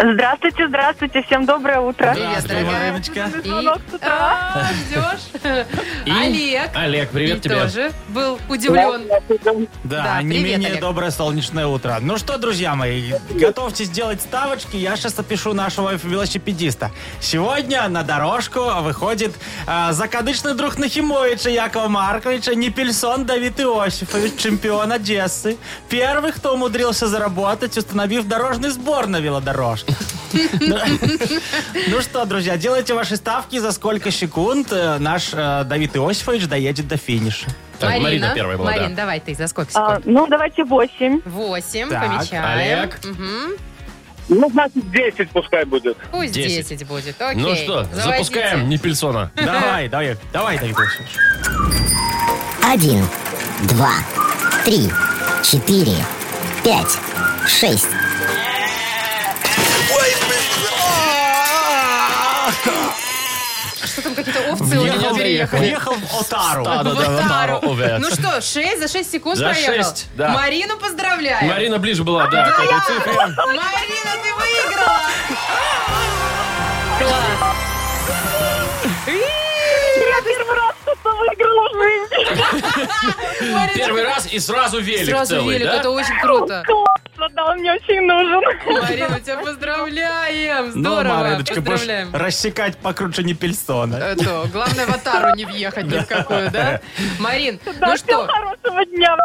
Speaker 6: Здравствуйте, здравствуйте, всем доброе утро.
Speaker 3: Привет,
Speaker 4: Здравствуй,
Speaker 3: дорогая.
Speaker 4: Мариночка.
Speaker 3: И-
Speaker 6: Звонок с утра.
Speaker 3: А, Ждешь?
Speaker 2: И-
Speaker 3: Олег.
Speaker 2: Олег, привет
Speaker 3: И
Speaker 2: тебе.
Speaker 3: тоже был удивлен.
Speaker 4: Да,
Speaker 3: Да,
Speaker 4: не
Speaker 3: привет,
Speaker 4: менее
Speaker 3: Олег.
Speaker 4: доброе солнечное утро. Ну что, друзья мои, готовьтесь делать ставочки. Я сейчас опишу нашего велосипедиста. Сегодня на дорожку выходит э, закадычный друг Нахимовича Якова Марковича Непельсон Давид Иосифович, чемпион Одессы. Первый, кто умудрился заработать, установив дорожный сбор на
Speaker 3: [laughs]
Speaker 4: велодорожке. Ну, Ну что, друзья, делайте ваши ставки, за сколько секунд э, наш э, Давид Иосифович доедет до
Speaker 3: [laughs]
Speaker 4: финиша.
Speaker 2: Так, Марина, первая была,
Speaker 3: Марин,
Speaker 2: да.
Speaker 3: давай ты, за сколько
Speaker 6: А,
Speaker 3: секунд?
Speaker 6: ну, давайте 8.
Speaker 3: Восемь,
Speaker 4: Так,
Speaker 3: помечаем.
Speaker 2: Олег.
Speaker 3: Мгм.
Speaker 9: Ну, значит, 10 пускай будет.
Speaker 3: Пусть
Speaker 2: Десять.
Speaker 3: 10 будет. Окей.
Speaker 2: Ну что,
Speaker 3: заводите.
Speaker 2: запускаем Непельсона.
Speaker 4: Давай, давай, давай, Давид Иосифович.
Speaker 8: Один, два, три, четыре, пять, шесть.
Speaker 3: Что там какие-то овцы у него
Speaker 2: Въехал,
Speaker 3: переехали?
Speaker 4: Въехал в Отару.
Speaker 2: Да, да,
Speaker 3: В
Speaker 2: да,
Speaker 3: Отару.
Speaker 2: Отару, овец.
Speaker 3: Ну что, 6 за 6 секунд
Speaker 2: За
Speaker 3: проехал.
Speaker 2: шесть, да.
Speaker 3: Марину поздравляем.
Speaker 2: Марина ближе была,
Speaker 3: А,
Speaker 2: да, к этой цифре.
Speaker 3: Марина, ты выиграла! Класс.
Speaker 6: Я первый раз что-то выиграла в жизни.
Speaker 3: Марина,
Speaker 2: Первый раз и сразу велик
Speaker 3: Сразу
Speaker 2: целый,
Speaker 3: велик,
Speaker 2: да?
Speaker 3: это очень круто.
Speaker 6: Классно, да, он мне очень нужен.
Speaker 3: Марина, тебя поздравляем.
Speaker 4: Ну,
Speaker 3: Здорово.
Speaker 4: Мариночка, будешь
Speaker 3: поздравляем.
Speaker 4: рассекать покруче не пельсона.
Speaker 3: Это, главное, в Атару не въехать ни в какую, да? Марин,
Speaker 6: Да, всем
Speaker 3: ну что,
Speaker 6: хорошего дня.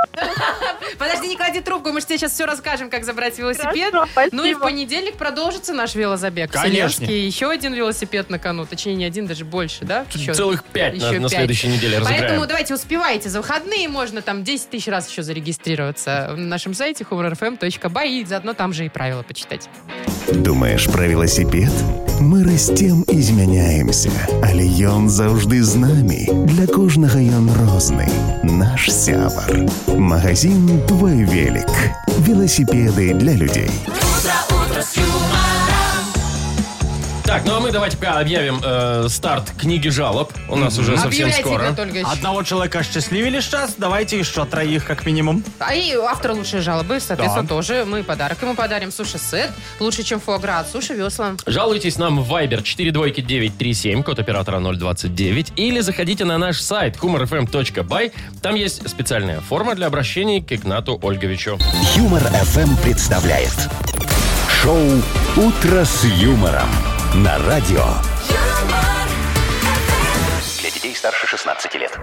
Speaker 3: подожди, не клади трубку, мы же тебе сейчас все расскажем, как забрать велосипед.
Speaker 6: Хорошо, спасибо.
Speaker 3: Ну и в понедельник продолжится наш велозабег.
Speaker 4: Конечно.
Speaker 3: Вселенский. Еще один велосипед на кону, точнее, не один, даже больше, да? Еще-
Speaker 2: Целых пять на-
Speaker 3: еще
Speaker 2: на
Speaker 3: пять.
Speaker 2: следующей неделе разыграем.
Speaker 3: Поэтому давайте успевайте. За выходные можно там 10 тысяч раз еще зарегистрироваться на нашем сайте humorfm.by и заодно там же и правила почитать.
Speaker 10: Думаешь про велосипед? Мы растем и змяняемся, але ён заўжды з намі. Для кожнага ён розны. Наш сябар. Магазин «Твой велик». Велосипеды для людей.
Speaker 2: Так, ну а мы давайте пока объявим э, старт книги жалоб. У нас уже совсем
Speaker 3: Объявляйте,
Speaker 2: скоро.
Speaker 3: Игорь Ольгович.
Speaker 4: Одного человека счастливили сейчас, давайте еще троих как минимум.
Speaker 3: А и автор лучшей жалобы, соответственно,
Speaker 4: Да.
Speaker 3: тоже мы подарок ему подарим. Суши-сет лучше, чем фуагра от суши весла.
Speaker 2: Жалуйтесь нам в Viber 42937, код оператора 029, или заходите на наш сайт humorfm.by. Там есть специальная форма для обращения к Игнату Ольговичу.
Speaker 1: Юмор ФМ представляет шоу Утро с юмором на радио.
Speaker 5: Для детей старше 16 лет.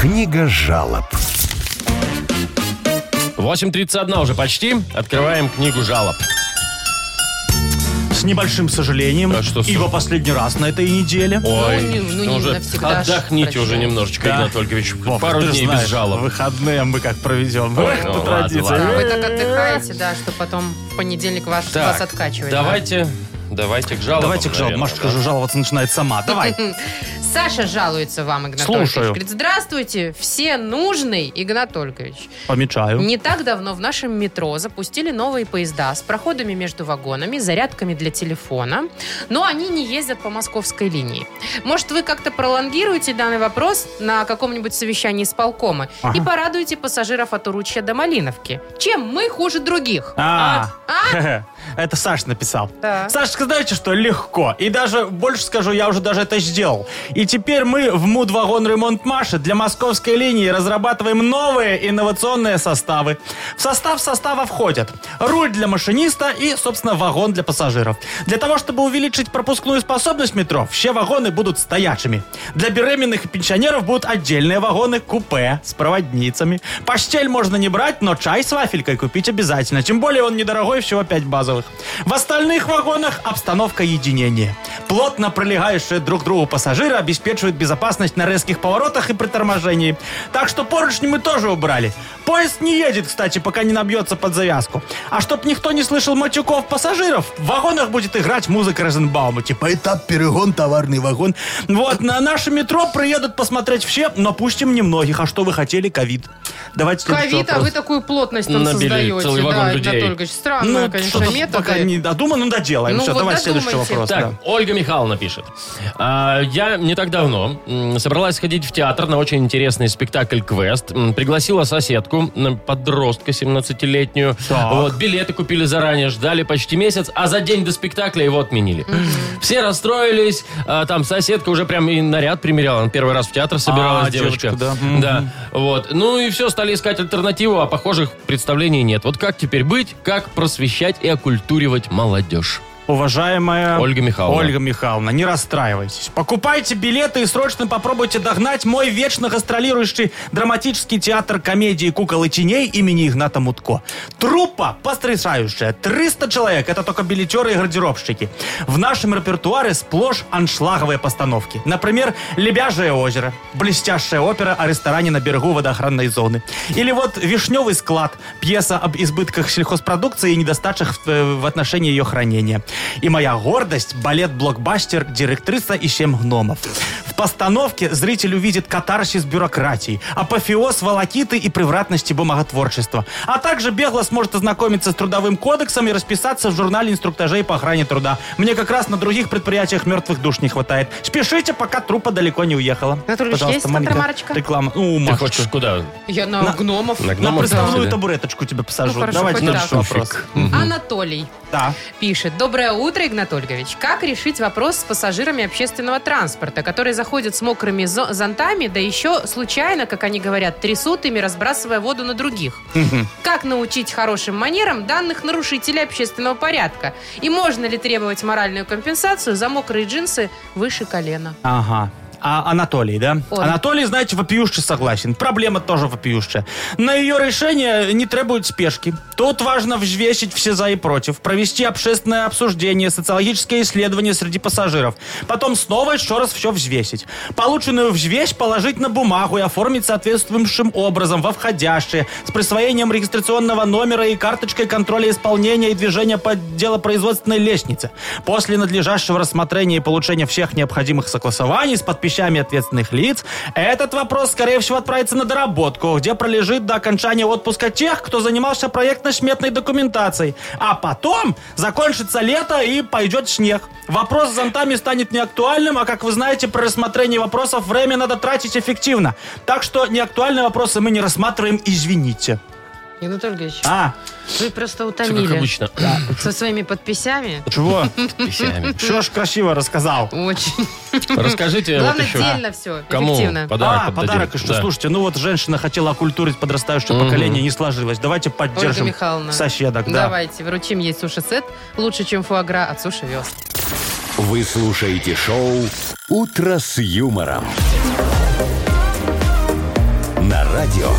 Speaker 1: Книга жалоб.
Speaker 2: 8.31 уже почти. Открываем книгу жалоб.
Speaker 4: С небольшим сожалением.
Speaker 2: А что с-
Speaker 4: И во последний раз на этой неделе.
Speaker 2: Ой,
Speaker 3: не- ну, не
Speaker 2: уже
Speaker 3: навсегда ж,
Speaker 2: отдохните
Speaker 3: прости.
Speaker 2: уже немножечко,
Speaker 4: Да.
Speaker 2: Игнат Ольгович.
Speaker 4: Вов,
Speaker 2: Пару
Speaker 4: ты же
Speaker 2: дней без
Speaker 4: знаешь,
Speaker 2: жалоб.
Speaker 4: Выходные мы как проведем.
Speaker 2: Ой,
Speaker 4: Эх,
Speaker 2: ну
Speaker 4: по
Speaker 2: ладно,
Speaker 4: традиции.
Speaker 2: ладно.
Speaker 3: Да, вы так отдыхаете, да, что потом в понедельник ваш,
Speaker 2: Так,
Speaker 3: вас откачивает.
Speaker 2: давайте, давайте к жалобам.
Speaker 4: Давайте к жалобам.
Speaker 2: наверное,
Speaker 4: Машечка
Speaker 2: да.
Speaker 4: же жаловаться начинает сама.
Speaker 3: [laughs]
Speaker 4: Давай.
Speaker 3: Саша жалуется вам, Игнат
Speaker 2: Слушаю.
Speaker 3: Ольгович. Говорит, здравствуйте, все нужный, Игнат Ольгович.
Speaker 4: Помечаю.
Speaker 3: [laughs] Не так давно в нашем метро запустили новые поезда с проходами между вагонами, зарядками для телефона, но они не ездят по московской линии. Может, вы как-то пролонгируете данный вопрос на каком-нибудь совещании с полкома и
Speaker 4: Ага.
Speaker 3: порадуете пассажиров от Уручья до Малиновки? Чем мы хуже других?
Speaker 4: А.
Speaker 3: А? А?
Speaker 4: [laughs] Это Саш написал.
Speaker 3: Так.
Speaker 4: Сашка, знаете что, легко. И даже, больше скажу, я уже даже это сделал. И теперь мы в муд вагон ремонт Маши для московской линии разрабатываем новые инновационные составы. В состав состава входят руль для машиниста и, собственно, вагон для пассажиров. Для того, чтобы увеличить пропускную способность метро, все вагоны будут стоячими. Для беременных и пенсионеров будут отдельные вагоны купе с проводницами. Паштель можно не брать, но чай с вафелькой купить обязательно. Тем более он недорогой, всего 5 базовых. В остальных вагонах обстановка единения. Плотно пролегающие друг к другу пассажиры обеспечивают безопасность на резких поворотах и при торможении. Так что поручни мы тоже убрали. Поезд не едет, кстати, пока не набьется под завязку. А чтоб никто не слышал матюков пассажиров, в вагонах будет играть музыка Розенбаума. Типа этап перегон, товарный вагон. Вот, на наше метро приедут посмотреть все, но пустим немногих. А что вы хотели? Ковид. Давайте следующий
Speaker 3: Ковид, а
Speaker 4: вопрос.
Speaker 3: вы такую плотность там
Speaker 2: Набили
Speaker 3: создаете.
Speaker 2: целый вагон
Speaker 3: да,
Speaker 2: людей.
Speaker 3: Игнат Ольгович, странно,
Speaker 4: Ну,
Speaker 3: конечно,
Speaker 4: что-то
Speaker 3: методы.
Speaker 4: пока не додумано, ну доделаем.
Speaker 3: Ну,
Speaker 4: Все,
Speaker 3: вот
Speaker 4: давай следующий
Speaker 3: додумайте.
Speaker 4: вопрос.
Speaker 2: Так,
Speaker 4: да.
Speaker 2: Ольга Михайловна пишет. А, я не так давно м, собралась сходить в театр на очень интересный спектакль «Квест». М, Пригласила соседку, м, подростка 17-летнюю.
Speaker 4: Так.
Speaker 2: Вот, билеты купили заранее, ждали почти месяц, а за день до спектакля его отменили. Все расстроились. а, там соседка уже прям и наряд примеряла. Она первый раз в театр собиралась
Speaker 4: А,
Speaker 2: девочка.
Speaker 4: девочка, да. Мгм.
Speaker 2: Да. Вот. Ну и все, стали искать альтернативу, а похожих представлений нет. Вот как теперь быть, как просвещать и окультуривать молодежь?
Speaker 4: Уважаемая
Speaker 2: Ольга Михайловна.
Speaker 4: Ольга Михайловна, не расстраивайтесь. Покупайте билеты и срочно попробуйте догнать мой вечно гастролирующий драматический театр комедии «Кукол и теней» имени Игната Мутко. Труппа потрясающая. 300 человек. Это только билетеры и гардеробщики. В нашем репертуаре сплошь аншлаговые постановки. Например, «Лебяжье озеро», блестящая опера о ресторане на берегу водоохранной зоны. Или вот «Вишневый склад», пьеса об избытках сельхозпродукции и недостачах в, э, в отношении ее хранения. И моя гордость – балет-блокбастер «Директриса и семь гномов». В постановке зритель увидит катарсис бюрократии, апофеоз волокиты и превратности бумаготворчества. А также бегло сможет ознакомиться с трудовым кодексом и расписаться в журнале инструктажей по охране труда. Мне как раз на других предприятиях мертвых душ не хватает. Спешите, пока трупа далеко не уехала.
Speaker 3: Анатолий Ильич, есть
Speaker 4: маленькая
Speaker 3: контрамарочка?
Speaker 4: Реклама. Ну,
Speaker 2: Ты
Speaker 4: Машечка.
Speaker 2: хочешь куда?
Speaker 3: Я на,
Speaker 4: На-
Speaker 3: гномов.
Speaker 2: на
Speaker 4: А На
Speaker 2: Ну, может,
Speaker 4: приставную
Speaker 2: да.
Speaker 4: табуреточку тебя посажу.
Speaker 3: Ну, хорошо,
Speaker 4: Давайте
Speaker 3: хоть
Speaker 4: следующий
Speaker 3: так.
Speaker 4: вопрос.
Speaker 3: Анатолий
Speaker 4: Да.
Speaker 3: пишет. Доброе утро, Игнат Ольгович. Как решить вопрос с пассажирами общественного транспорта, которые заходят с мокрыми зо- зонтами, да еще случайно, как они говорят, трясут ими, разбрасывая воду на других? Как научить хорошим манерам данных нарушителей общественного порядка? И можно ли требовать моральную компенсацию за мокрые джинсы выше колена?
Speaker 4: Ага. А Анатолий, да?
Speaker 3: Он.
Speaker 4: Анатолий, знаете, вопиюще согласен. Проблема тоже вопиющая. На ее решение не требует спешки. Тут важно взвесить все за и против, провести общественное обсуждение, социологическое исследование среди пассажиров. Потом снова еще раз все взвесить. Полученную взвесь положить на бумагу и оформить соответствующим образом во входящие с присвоением регистрационного номера и карточкой контроля исполнения и движения по делопроизводственной лестнице. После надлежащего рассмотрения и получения всех необходимых согласований с подписями ответственных лиц, этот вопрос, скорее всего, отправится на доработку, где пролежит до окончания отпуска тех, кто занимался проектно-сметной документацией. А потом закончится лето и пойдет снег. Вопрос с зонтами станет неактуальным, а, как вы знаете, при рассмотрении вопросов время надо тратить эффективно. Так что неактуальные вопросы мы не рассматриваем, извините.
Speaker 3: Игнат Ольгович,
Speaker 4: А,
Speaker 3: вы просто
Speaker 2: Все как
Speaker 3: утомили
Speaker 2: обычно.
Speaker 3: со своими подписями.
Speaker 4: чего?
Speaker 2: Писями.
Speaker 4: Что ж красиво рассказал.
Speaker 3: Очень.
Speaker 2: Расскажите вот
Speaker 3: Главное,
Speaker 2: еще.
Speaker 3: дельно все,
Speaker 2: Кому
Speaker 3: эффективно.
Speaker 2: подарок
Speaker 4: а,
Speaker 2: отдадим?
Speaker 4: подарок, и что,
Speaker 2: Да.
Speaker 4: слушайте, ну вот женщина хотела оккультурить подрастающее
Speaker 2: Мгм.
Speaker 4: поколение, не сложилось. Давайте
Speaker 3: Ольга
Speaker 4: поддержим
Speaker 3: Михайловна,
Speaker 4: соседок. Да.
Speaker 3: давайте вручим ей суши-сет лучше, чем фуагра от Суши Вест.
Speaker 1: Вы слушаете шоу «Утро с юмором». На радио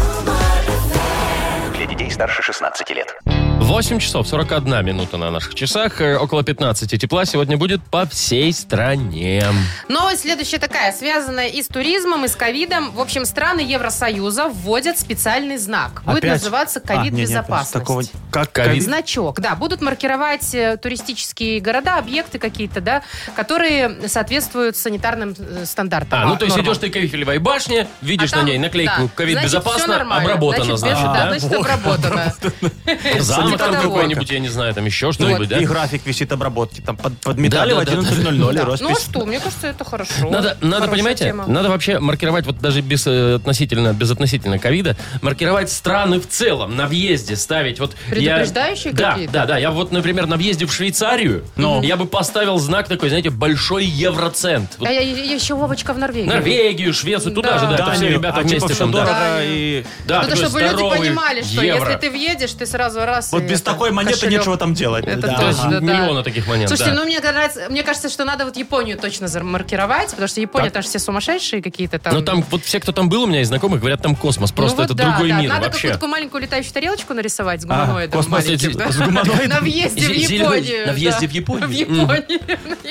Speaker 5: Для детей старше 16 лет.
Speaker 2: 8 часов 41 минута на наших часах. Э, Около 15 тепла сегодня будет по всей стране.
Speaker 3: Новость следующая такая, связанная и с туризмом, и с ковидом. В общем, страны Евросоюза вводят специальный знак. Будет
Speaker 4: Опять?
Speaker 3: называться
Speaker 4: А, не, не,
Speaker 3: ковид-безопасность.
Speaker 4: такого- Как
Speaker 2: Ковид.
Speaker 4: ковид?
Speaker 3: Значок, да, будут маркировать э, туристические города, объекты какие-то, да, которые соответствуют санитарным э, стандартам.
Speaker 2: А, ну то есть
Speaker 3: нормам.
Speaker 2: идешь ты к Эйфелевой башне,
Speaker 3: А
Speaker 2: видишь
Speaker 3: там,
Speaker 2: на ней наклейку
Speaker 3: да,
Speaker 2: «Ковид
Speaker 3: значит, всё
Speaker 2: безопасно»,
Speaker 3: нормально.
Speaker 2: обработано,
Speaker 3: значит, без-
Speaker 2: [laughs] значит,
Speaker 3: да, значит, обработано.
Speaker 2: да? Замок Дома там
Speaker 3: преподаватель.
Speaker 2: какой-нибудь, я не знаю, там еще
Speaker 4: Ну,
Speaker 2: что-нибудь, да?
Speaker 4: И график висит обработки. Там под, подметали
Speaker 2: Да, да, да,
Speaker 4: в 11.00
Speaker 3: Да. Ну а
Speaker 4: роспись.
Speaker 3: что, мне кажется, это хорошо.
Speaker 2: Надо, надо
Speaker 3: Хорошая
Speaker 2: понимаете,
Speaker 3: тема.
Speaker 2: надо вообще маркировать, вот даже без, э, относительно, без относительно ковида, маркировать страны в целом, на въезде ставить. Вот я-
Speaker 3: Предупреждающие
Speaker 2: да,
Speaker 3: какие-то?
Speaker 2: Да, да, я вот, например, на въезде в Швейцарию, я бы поставил знак такой, знаете, большой евроцент. Вот
Speaker 3: А я, я еще Вовочка в Норвегии.
Speaker 2: Норвегию, Швецию, туда
Speaker 3: Да.
Speaker 2: же, да, это все
Speaker 4: Данию,
Speaker 2: ребята
Speaker 4: а типа
Speaker 2: вместе
Speaker 4: все
Speaker 2: там, да.
Speaker 4: дорого
Speaker 3: Да.
Speaker 4: и...
Speaker 2: Да,
Speaker 3: Ну, то,
Speaker 2: такой
Speaker 3: чтобы люди
Speaker 2: здоровый
Speaker 3: понимали, что
Speaker 2: евро.
Speaker 3: если ты въедешь, ты сразу раз...
Speaker 4: Вот
Speaker 3: и
Speaker 4: без
Speaker 3: это,
Speaker 4: такой монеты
Speaker 3: кошелек.
Speaker 4: нечего там делать.
Speaker 3: Это
Speaker 4: Да.
Speaker 2: То есть
Speaker 3: точно, да.
Speaker 2: миллиона таких монет,
Speaker 3: Слушайте,
Speaker 2: да.
Speaker 3: ну мне нравится, мне кажется, что надо вот Японию точно замаркировать, потому что Япония
Speaker 2: Так.
Speaker 3: там же все сумасшедшие какие-то там.
Speaker 2: Но Ну, там вот все, кто там был у меня из знакомых, говорят, там космос.
Speaker 3: Ну
Speaker 2: Просто
Speaker 3: вот
Speaker 2: это
Speaker 3: да,
Speaker 2: другой
Speaker 3: да.
Speaker 2: мир
Speaker 3: Надо
Speaker 2: вообще.
Speaker 3: какую-то такую маленькую летающую тарелочку нарисовать с
Speaker 4: А,
Speaker 3: гуманоидом
Speaker 4: космос
Speaker 3: маленьким,
Speaker 4: эти-
Speaker 3: да?
Speaker 4: с гуманоидом?
Speaker 3: [laughs] На въезде в
Speaker 2: Зе- зеленый-
Speaker 3: Японию.
Speaker 2: на въезде
Speaker 3: да.
Speaker 2: в Японию?
Speaker 3: В Японию.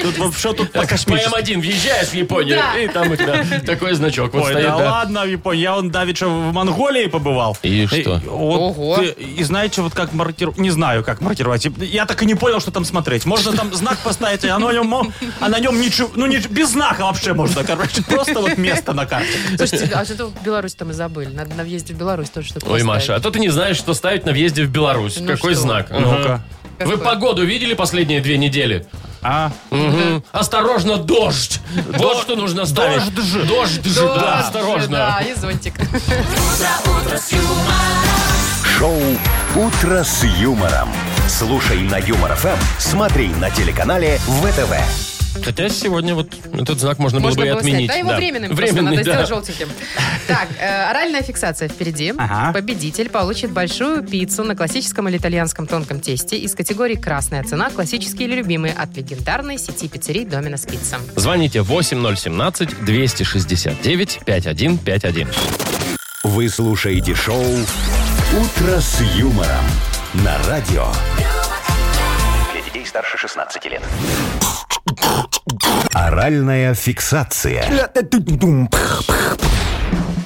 Speaker 4: Тут вообще тут по космически.
Speaker 2: ПМ-1, въезжаешь в Японию,
Speaker 3: Да.
Speaker 2: и там у тебя
Speaker 3: [laughs]
Speaker 2: такой значок вот
Speaker 4: Ой,
Speaker 2: стоит,
Speaker 4: да,
Speaker 2: да.
Speaker 4: ладно, в Японии. Я он давеча в Монголии побывал.
Speaker 2: И что?
Speaker 4: вот
Speaker 3: Ого.
Speaker 4: ты- и знаете, вот как маркировать... Не знаю, как маркировать. Я так и не понял, что там смотреть. Можно там знак поставить, а на нем, мо- а на нем ничего... Ну, не, без знака вообще можно, короче. Просто вот место на карте.
Speaker 3: Слушайте, а что-то Беларусь там и забыли. Надо на въезде в Беларусь тоже что-то
Speaker 2: Ой,
Speaker 3: поставить.
Speaker 2: Маша, а то ты не знаешь, что ставить на въезде в Беларусь.
Speaker 3: Ну
Speaker 2: Какой
Speaker 3: что?
Speaker 2: знак?
Speaker 4: Ну-ка.
Speaker 2: Вы
Speaker 3: Какой?
Speaker 2: погоду видели последние две недели?
Speaker 4: А?
Speaker 2: Мгм. Осторожно, дождь! Вот что нужно ставить.
Speaker 4: Дождь же.
Speaker 2: Дождь же,
Speaker 3: Тоже,
Speaker 2: да, осторожно.
Speaker 3: Да, и зонтик.
Speaker 1: Шоу «Утро с юмором». Слушай на Юмор ФМ, смотри на телеканале ВТВ.
Speaker 2: Хотя сегодня вот этот знак можно,
Speaker 3: Можно
Speaker 2: было бы и
Speaker 3: было снять.
Speaker 2: отменить.
Speaker 3: Да, его временным просто
Speaker 2: Временный,
Speaker 3: надо
Speaker 2: да.
Speaker 3: сделать желтеньким. Так, э, оральная фиксация впереди.
Speaker 4: Ага.
Speaker 3: Победитель получит большую пиццу на классическом или итальянском тонком тесте из категории «Красная цена», «Классические или любимые» от легендарной сети пиццерий «Доминос Пицца».
Speaker 2: Звоните 8017-269-5151.
Speaker 1: Вы слушаете шоу «Утро с юмором» на радио.
Speaker 5: Для детей старше 16 лет.
Speaker 1: Оральная фиксация.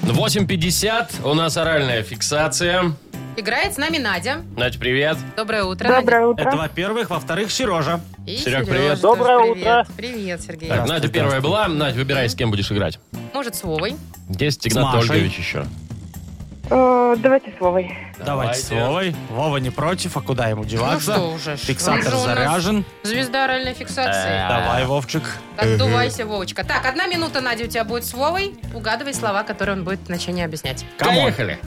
Speaker 2: 8.50, у нас оральная фиксация.
Speaker 3: Играет с нами Надя.
Speaker 2: Надя, привет.
Speaker 3: Доброе утро, Надя.
Speaker 7: Доброе
Speaker 4: Это
Speaker 7: утро.
Speaker 4: во-первых. Во-вторых, Сережа.
Speaker 3: И
Speaker 2: Серег,
Speaker 3: Сережа
Speaker 2: привет.
Speaker 3: тоже
Speaker 7: Доброе
Speaker 3: привет.
Speaker 7: утро.
Speaker 3: Привет, Сергей.
Speaker 2: Так, ну. Надя первая была. Надь, выбирай, с кем будешь играть.
Speaker 3: Может, с Вовой?
Speaker 2: Есть
Speaker 4: С
Speaker 2: Игнат
Speaker 4: Машей.
Speaker 2: Ольгович еще.
Speaker 7: Э, Давайте словой.
Speaker 4: Давайте с Вовой. Вова не против, а куда ему деваться?
Speaker 3: Ну что уже ж. Он
Speaker 4: Фиксатор
Speaker 3: же у нас-
Speaker 4: заряжен.
Speaker 3: Звезда оральной
Speaker 2: Э.
Speaker 3: фиксации.
Speaker 2: А.
Speaker 4: Давай, Вовчик.
Speaker 3: Отдувайся, Вовочка. Так, одна минута, Надя, у тебя будет с Вовой. Угадывай слова, которые он будет в начале объяснять.
Speaker 4: Камон.
Speaker 2: Поехали.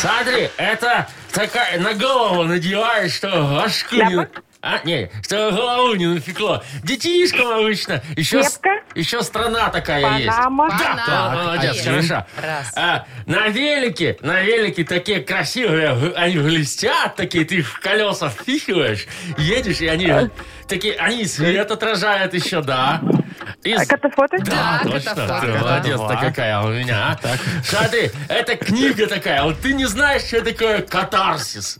Speaker 2: Смотри, это такая на голову надеваешь, что башку не... А, не, что голову не напекло. Детишкам обычно. Еще, с-
Speaker 7: Кепка?
Speaker 2: еще страна такая
Speaker 7: Панама.
Speaker 2: есть. Да,
Speaker 3: Панама.
Speaker 2: да, молодец,
Speaker 3: Один.
Speaker 2: хороша.
Speaker 3: Раз.
Speaker 2: А, на велике, на велике такие красивые, г- они блестят такие, ты их в колеса впихиваешь, едешь, и они
Speaker 7: А?
Speaker 2: э, такие, они и свет отражают еще, да. И
Speaker 7: А
Speaker 2: с-
Speaker 7: Катафоты?
Speaker 2: да,
Speaker 3: Так,
Speaker 2: точно.
Speaker 3: это
Speaker 2: Ты
Speaker 3: факт, да.
Speaker 2: молодец-то
Speaker 4: Два.
Speaker 2: какая у меня. а. Смотри, это книга такая. Вот ты не знаешь, что такое катарсис.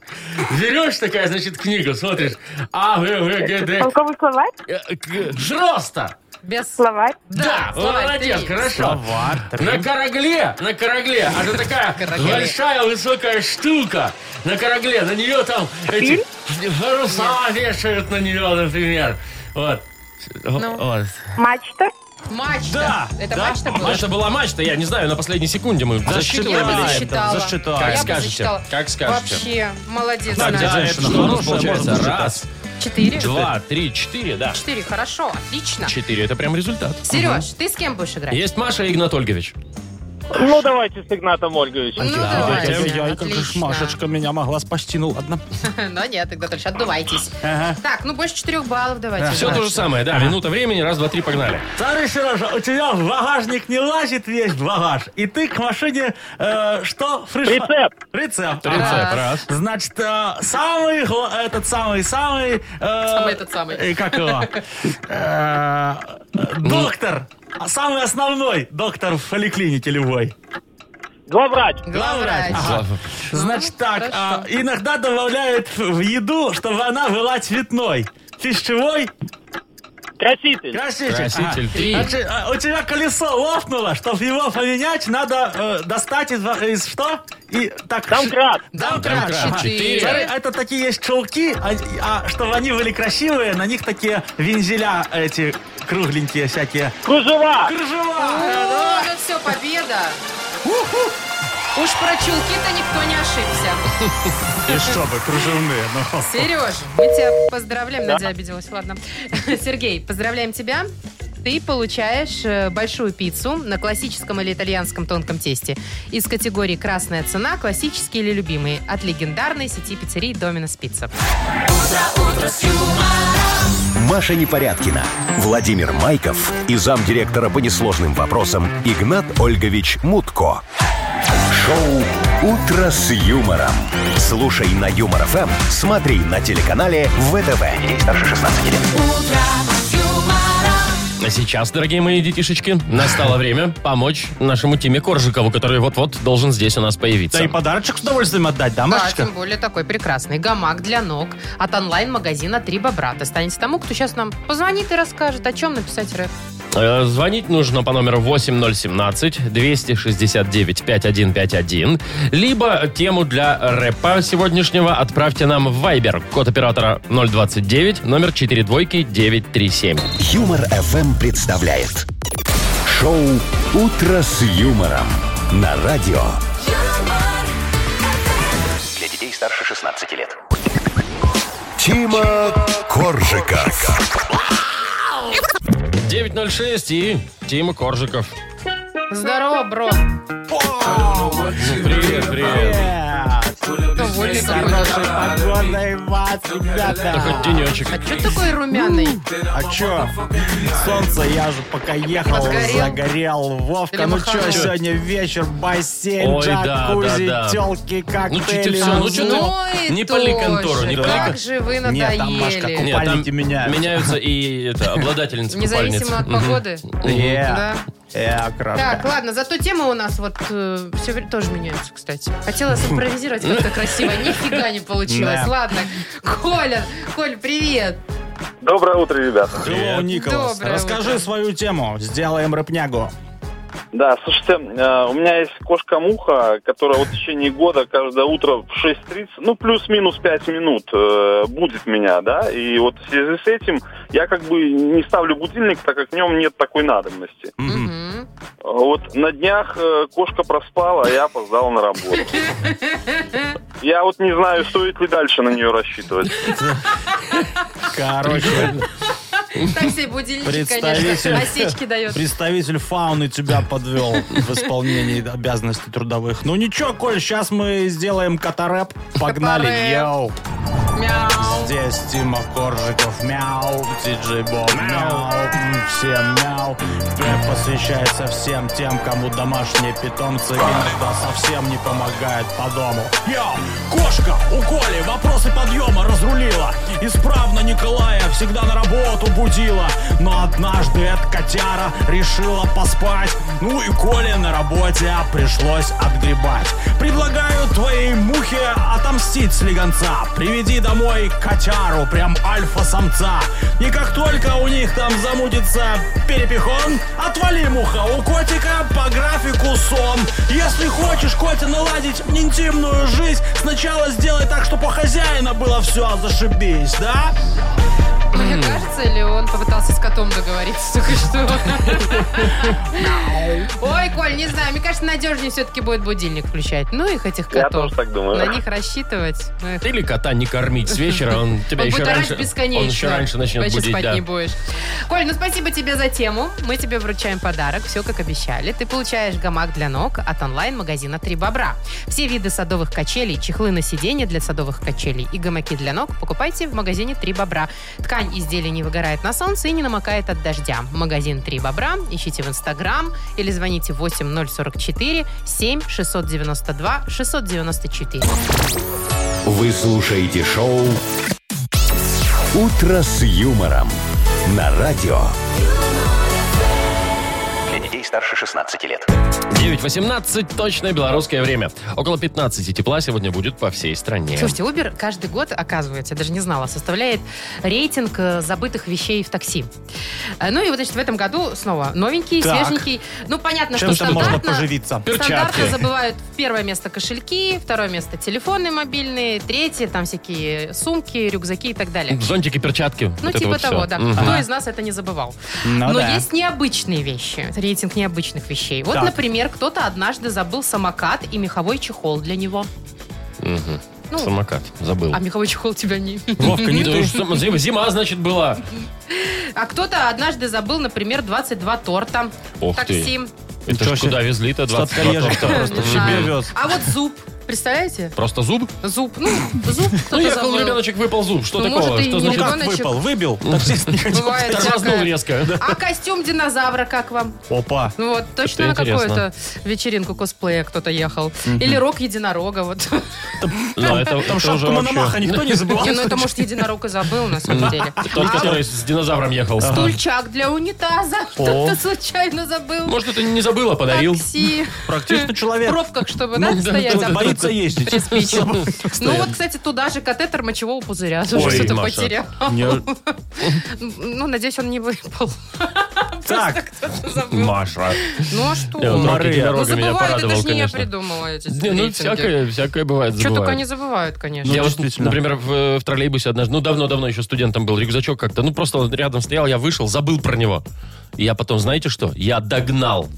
Speaker 2: Берешь такая, значит, книгу, смотришь. А, Г, Г, Г, Д.
Speaker 7: Полковый словарь?
Speaker 2: э, к- Жроста.
Speaker 3: Без
Speaker 7: Словарь.
Speaker 2: Да,
Speaker 3: словарь,
Speaker 2: молодец,
Speaker 3: три.
Speaker 2: хорошо.
Speaker 4: Словарь, три.
Speaker 2: На корагле, на корагле. А Это такая
Speaker 3: Корагле.
Speaker 2: большая высокая штука на корагле. На нее там эти паруса вешают на нее, например. Вот. Вот.
Speaker 7: Мачта.
Speaker 3: Мачта.
Speaker 4: Да,
Speaker 3: Это
Speaker 4: да.
Speaker 3: мачта была?
Speaker 2: Мачта была мачта, я не знаю, на последней секунде мы
Speaker 3: Я
Speaker 2: засчитываем
Speaker 3: бы
Speaker 2: или
Speaker 4: Засчитали.
Speaker 2: нет.
Speaker 3: засчитала.
Speaker 4: Засчитала.
Speaker 3: Я
Speaker 4: Как
Speaker 3: бы
Speaker 2: скажете,
Speaker 3: засчитала.
Speaker 2: как скажете.
Speaker 3: Вообще, молодец,
Speaker 4: Да,
Speaker 3: Надя.
Speaker 4: да.
Speaker 2: Женщина,
Speaker 4: Женщина,
Speaker 2: хорошая,
Speaker 4: получается,
Speaker 2: можно
Speaker 4: раз,
Speaker 3: Четыре?
Speaker 2: два, три, четыре, да.
Speaker 3: Четыре, хорошо, отлично.
Speaker 2: Четыре, это прям результат.
Speaker 3: Сереж, ты с кем будешь играть?
Speaker 2: Есть Маша и Игнат Ольгович.
Speaker 11: Ну, давайте с Игнатом Ольговичем.
Speaker 3: Ну, давайте,
Speaker 4: Ай-яй-яй, как же ж
Speaker 3: отлично. [laughs]
Speaker 4: Машечка меня могла спасти. Ну, ладно.
Speaker 3: Но нет, тогда дальше отдувайтесь.
Speaker 4: Ага.
Speaker 3: Так, ну больше четырех баллов давайте.
Speaker 2: Все то же самое, да, минута времени, раз, два, три, погнали.
Speaker 4: Старый Сережа, у тебя в багажник не лазит весь багаж. И ты к машине э, что? Фриш...
Speaker 11: Рецепт.
Speaker 2: Рецепт,
Speaker 4: Рецепт. Ага.
Speaker 2: раз.
Speaker 4: Значит, э, самый, гла- этот самый, самый... э,
Speaker 3: Самый этот самый.
Speaker 4: э, Как его? Э, Доктор. А Самый основной доктор в поликлинике любой.
Speaker 11: Главврач.
Speaker 3: Главврач.
Speaker 4: Ага.
Speaker 2: А
Speaker 4: Значит так,
Speaker 3: хорошо.
Speaker 4: а, иногда добавляют в еду, чтобы она была цветной. Пищевой
Speaker 11: Краситель.
Speaker 4: краситель.
Speaker 2: Краситель.
Speaker 4: Ага.
Speaker 2: Три.
Speaker 4: Значит, а, у тебя колесо лопнуло, чтобы его поменять, надо э, достать из, из что? И так.
Speaker 11: Домкрат.
Speaker 4: Домкрат.
Speaker 2: Домкрат.
Speaker 4: Ага.
Speaker 2: Четыре.
Speaker 4: Смотри, Это такие есть чулки, а, а чтобы они были красивые, на них такие вензеля эти кругленькие всякие.
Speaker 11: Кружева.
Speaker 3: ну
Speaker 4: Кружева.
Speaker 3: Вот, все, победа. Уж про чулки-то никто не ошибся.
Speaker 4: И что бы, кружевные. ну.
Speaker 3: Сереж, мы тебя поздравляем. Надя обиделась, ладно. [laughs] Сергей, поздравляем тебя. Ты получаешь э, большую пиццу на классическом или итальянском тонком тесте из категории «Красная цена», «Классические или любимые» от легендарной сети пиццерий «Доминос Пицца».
Speaker 1: Маша Непорядкина, Владимир Майков и замдиректора по несложным вопросам Игнат Ольгович Мутко. Шоу «Утро с юмором». Слушай на Юмор ФМ, смотри на телеканале ВТВ. Ей старше 16 лет.
Speaker 2: А сейчас, дорогие мои детишечки, настало время помочь нашему Тиме Коржикову, который вот-вот должен здесь у нас появиться.
Speaker 4: Да и подарочек с удовольствием отдать, да,
Speaker 3: Да,
Speaker 4: Машечка?
Speaker 3: тем более такой прекрасный гамак для ног от онлайн-магазина «Три бобра». Достанется тому, кто сейчас нам позвонит и расскажет, о чем написать рэп.
Speaker 2: Э, Звонить нужно по номеру 8017-269-5151, либо тему для рэпа сегодняшнего отправьте нам в Viber, код оператора 029, номер 4 двойки 937.
Speaker 1: Юмор ФМ представляет. Шоу «Утро с юмором» на радио.
Speaker 5: Для детей старше 16 лет.
Speaker 1: Тима Коржика.
Speaker 2: 906 и Тима Коржиков.
Speaker 3: Здорово, бро.
Speaker 2: Ну, привет, привет.
Speaker 3: Довольный какой.
Speaker 4: Хорошей погодой вас,
Speaker 2: Да хоть
Speaker 4: ребята.
Speaker 2: денечек.
Speaker 3: А что такой румяный?
Speaker 4: А чё? Солнце, я же пока ехал,
Speaker 3: Подгорел?
Speaker 4: загорел. Вовка,
Speaker 3: Или
Speaker 4: ну чё,
Speaker 3: маханул?
Speaker 4: сегодня вечер, бассейн,
Speaker 2: Ой, да, да,
Speaker 4: джакузи,
Speaker 2: да.
Speaker 4: тёлки,
Speaker 2: Ну, чё ты
Speaker 4: коктейли.
Speaker 2: всё, ну, чё ты-
Speaker 3: и
Speaker 2: не пали
Speaker 3: точно.
Speaker 2: контору, не пали
Speaker 3: Как
Speaker 2: кон-
Speaker 3: же вы
Speaker 4: Нет, там Машка
Speaker 3: надоели.
Speaker 4: купает. Купальники меняются.
Speaker 2: Меняются и это, обладательницы
Speaker 3: Независимо от
Speaker 2: купальниц. Мгм.
Speaker 3: погоды.
Speaker 4: Э,
Speaker 3: Да.
Speaker 4: э, крошка.
Speaker 3: Так, ладно, зато темы у нас вот все тоже меняются, кстати.
Speaker 4: [laughs]
Speaker 3: Хотела симпровизировать как-то красиво, нифига не получилось.
Speaker 4: Да.
Speaker 3: Ладно, Коля, Коль, привет.
Speaker 11: Доброе утро, ребята.
Speaker 4: Hello, Николас.
Speaker 3: ну, Доброе
Speaker 4: Расскажи
Speaker 3: утро.
Speaker 4: свою тему. Сделаем рыпнягу.
Speaker 11: Да, слушайте, э, у меня есть кошка-муха, которая вот в течение года каждое утро в 6.30, ну, плюс-минус 5 минут э, будет меня, да, и вот в связи с этим я как бы не ставлю будильник, так как в нем нет такой надобности.
Speaker 4: Мгм.
Speaker 3: Мгм.
Speaker 11: Вот на днях э, кошка проспала, а я опоздал на
Speaker 3: [laughs]
Speaker 11: работу. Я вот не знаю, стоит ли дальше на нее рассчитывать.
Speaker 4: Короче,
Speaker 3: Так себе будильничек,
Speaker 4: Представитель.
Speaker 3: конечно, осечки дает.
Speaker 4: представитель фауны тебя подвел в исполнении обязанностей трудовых. Ну ничего, Коль, сейчас мы сделаем катарэп. Погнали,
Speaker 3: Катарэп.
Speaker 4: йоу.
Speaker 3: Мяу.
Speaker 4: Здесь Тима Коржиков, мяу, диджей Боб, мяу, м, всем мяу. Рэп посвящается всем тем, кому домашние питомцы иногда совсем не помогают по дому. Йоу, кошка у Коли вопросы подъема разрулила. Исправно Николая всегда на работу будила. Но однажды эта котяра решила поспать. Ну и Коле на работе пришлось отгребать. Предлагаю твоей мухе отомстить слегонца. Приведи домой котяру, прям альфа-самца. И как только у них там замутится перепихон, отвали, муха, у котика по графику сон. Если хочешь, Котя, наладить интимную жизнь, сначала сделай так, чтобы у хозяина было все, зашибись, да?
Speaker 3: Мне кажется, или он попытался с котом договориться только что? Ой, Коль, не знаю, мне кажется, надежнее все-таки будет будильник включать. Ну их этих
Speaker 11: Я
Speaker 3: котов.
Speaker 11: тоже так
Speaker 3: На
Speaker 11: думаю.
Speaker 3: них рассчитывать. Ну, их-
Speaker 2: Или кота не кормить с вечера, он тебя
Speaker 3: Он
Speaker 2: еще
Speaker 3: будет орать
Speaker 2: раньше...
Speaker 3: бесконечно.
Speaker 2: Он еще раньше начнет
Speaker 3: Вообще
Speaker 2: будить,
Speaker 3: спать
Speaker 2: да.
Speaker 3: не будешь. Коль, ну спасибо тебе за тему. Мы тебе вручаем подарок, все как обещали. Ты получаешь гамак для ног от онлайн-магазина «Три бобра». Все виды садовых качелей, чехлы на сиденье для садовых качелей и гамаки для ног покупайте в магазине «Три бобра». Ткань изделия не выгорает на солнце и не намокает от дождя. Магазин «Три бобра» ищите в Инстаграм или звоните 8044 7 692 694.
Speaker 1: Вы слушаете шоу «Утро с юмором» на радио.
Speaker 5: Для детей старше 16 лет.
Speaker 2: 9.18, точное белорусское время. Около 15 тепла сегодня будет по всей стране.
Speaker 3: Слушайте, Uber каждый год, оказывается, я даже не знала, составляет рейтинг э, забытых вещей в такси. Э, Ну и вот, значит, в этом году снова новенький,
Speaker 4: Так.
Speaker 3: свеженький. Ну, понятно,
Speaker 4: Чем
Speaker 3: что
Speaker 4: там можно
Speaker 3: стандартно...
Speaker 4: поживиться?
Speaker 3: Стандартно
Speaker 2: Перчатки.
Speaker 3: забывают в первое место кошельки, второе место телефоны мобильные, третье там всякие сумки, рюкзаки и так далее.
Speaker 2: Зонтики, перчатки.
Speaker 3: Ну,
Speaker 2: вот это
Speaker 3: типа
Speaker 2: вот всё.
Speaker 3: того, да.
Speaker 2: Мгм.
Speaker 3: Кто из нас это не забывал?
Speaker 4: Ну
Speaker 3: Но
Speaker 4: да.
Speaker 3: есть необычные вещи. Рейтинг необычных вещей. Вот,
Speaker 4: Так.
Speaker 3: например, кто-то однажды забыл самокат и меховой чехол для него.
Speaker 2: Мгм.
Speaker 3: Ну,
Speaker 2: Самокат. Забыл.
Speaker 3: А меховой чехол у тебя не... [laughs]
Speaker 4: Вовка, не
Speaker 3: Ну,
Speaker 2: Да
Speaker 4: ты.
Speaker 2: уж, сам- зим- Зима, значит, была.
Speaker 3: А кто-то однажды забыл, например, 22 торта.
Speaker 2: Ох ты.
Speaker 3: такси.
Speaker 2: Это
Speaker 4: Ничего
Speaker 2: ж
Speaker 4: себе.
Speaker 2: куда везли-то 20
Speaker 4: Сладкоежек там просто в себе вез.
Speaker 3: А вот зуб. Представляете?
Speaker 2: Просто зуб?
Speaker 3: Зуб. Ну, зуб
Speaker 2: Ну,
Speaker 3: кто-то
Speaker 2: ехал
Speaker 3: забыл.
Speaker 2: ребеночек, выпал зуб. Что
Speaker 3: Ну,
Speaker 2: такого?
Speaker 3: может, и
Speaker 2: Что
Speaker 3: не
Speaker 2: значит,
Speaker 4: Как
Speaker 3: Ребеночек.
Speaker 4: выпал? Выбил? Таксист не хотел.
Speaker 3: Бывает
Speaker 2: тормознул
Speaker 3: всякое.
Speaker 2: резко?
Speaker 3: [laughs] А костюм динозавра как вам?
Speaker 4: Опа.
Speaker 3: Ну вот, точно на
Speaker 2: интересно.
Speaker 3: какую-то вечеринку косплея кто-то ехал. Или рок единорога.
Speaker 2: [laughs]
Speaker 3: Вот.
Speaker 2: Да, это,
Speaker 4: Там
Speaker 2: это уже
Speaker 4: шапку Мономаха
Speaker 2: вообще... [laughs]
Speaker 4: никто не забывал.
Speaker 3: Не, ну это, может, единорог и забыл, на самом деле.
Speaker 2: Тот,
Speaker 3: А
Speaker 2: который с динозавром ехал.
Speaker 3: стульчак для унитаза. Кто-то случайно забыл.
Speaker 2: Может, это не забыл, а подарил.
Speaker 3: Такси.
Speaker 4: Практично
Speaker 3: В
Speaker 4: человек.
Speaker 3: пробках, чтобы, да,
Speaker 2: Ну, да,
Speaker 3: стоять.
Speaker 2: да,
Speaker 3: а
Speaker 2: да,
Speaker 3: вдруг
Speaker 4: Боится ездить.
Speaker 3: приспичит. Ну
Speaker 4: Постоянно.
Speaker 3: вот, кстати, туда же катетер мочевого пузыря. Тоже
Speaker 2: Ой,
Speaker 3: кто-то
Speaker 2: Маша.
Speaker 3: потерял.
Speaker 4: Не-
Speaker 3: Ну, надеюсь, он не выпал.
Speaker 4: Так,
Speaker 3: Забыл.
Speaker 4: Маша.
Speaker 3: Ну а что?
Speaker 2: Я вот
Speaker 4: Мария.
Speaker 2: Рокки
Speaker 4: Ну,
Speaker 2: Единорога Э, меня
Speaker 3: Ну, забывают, это
Speaker 2: порадовал,
Speaker 3: же не я
Speaker 2: конечно.
Speaker 3: придумала эти
Speaker 2: Не, ну, всякое, всякое бывает,
Speaker 3: Что только
Speaker 2: забывает.
Speaker 3: они забывают, конечно.
Speaker 2: я
Speaker 4: Ну,
Speaker 2: вот,
Speaker 4: действительно.
Speaker 2: например, в, в троллейбусе однажды, ну, давно-давно еще студентом был, рюкзачок как-то, ну, просто он рядом стоял, я вышел, забыл про него. И я потом, знаете что? Я догнал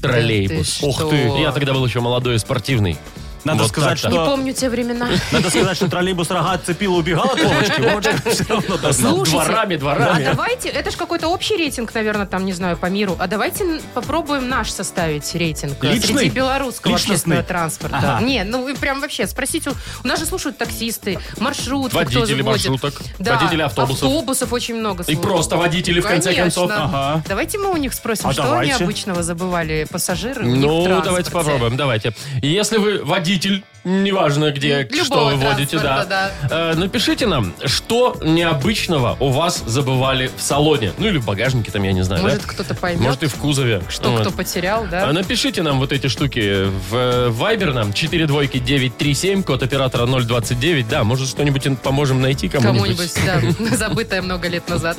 Speaker 2: троллейбус.
Speaker 3: Да ты что?
Speaker 2: Я тогда был еще молодой и спортивный.
Speaker 4: Надо
Speaker 2: Вот а,
Speaker 4: сказать,
Speaker 2: так-то.
Speaker 3: Не
Speaker 4: что...
Speaker 3: помню те времена.
Speaker 4: Надо сказать, что троллейбус рога отцепил и убегал от Вовочки. Вовочка все равно догнал.
Speaker 3: Слушайте,
Speaker 2: дворами,
Speaker 3: А
Speaker 2: дворами.
Speaker 3: давайте, это же какой-то общий рейтинг, наверное, там, не знаю, по миру. А давайте н- попробуем наш составить рейтинг э,
Speaker 4: Личный?
Speaker 3: среди белорусского
Speaker 4: Личностный?
Speaker 3: общественного транспорта.
Speaker 4: Ага.
Speaker 3: Не, ну вы прям вообще спросите. у- У нас же слушают таксисты, маршрутки, кто
Speaker 2: Водители
Speaker 3: заводит.
Speaker 2: маршруток,
Speaker 3: Да,
Speaker 2: водители автобусов.
Speaker 3: автобусов очень много.
Speaker 2: И
Speaker 3: слушают.
Speaker 2: просто водители, в конце
Speaker 3: Конечно.
Speaker 2: концов.
Speaker 4: Ага.
Speaker 3: Давайте мы у них спросим,
Speaker 4: А
Speaker 3: что
Speaker 4: давайте.
Speaker 3: они обычного забывали пассажиры у них в
Speaker 2: Ну,
Speaker 3: транспорте.
Speaker 2: давайте попробуем, давайте. Если вы водитель, неважно где,
Speaker 3: Любого
Speaker 2: что вы водите, да,
Speaker 3: транспорта,
Speaker 2: э, напишите нам, что необычного у вас забывали в салоне. Ну, или в багажнике там, я не знаю,
Speaker 3: Может,
Speaker 2: да?
Speaker 3: кто-то поймет,
Speaker 2: Может, и в кузове.
Speaker 3: что
Speaker 2: Вот.
Speaker 3: кто потерял, да?
Speaker 2: А Напишите нам вот эти штуки в э, Viber нам 42937, код оператора 029. Да, может, что-нибудь и поможем найти кому-нибудь.
Speaker 3: Кому-нибудь, да, [laughs] забытое много лет назад.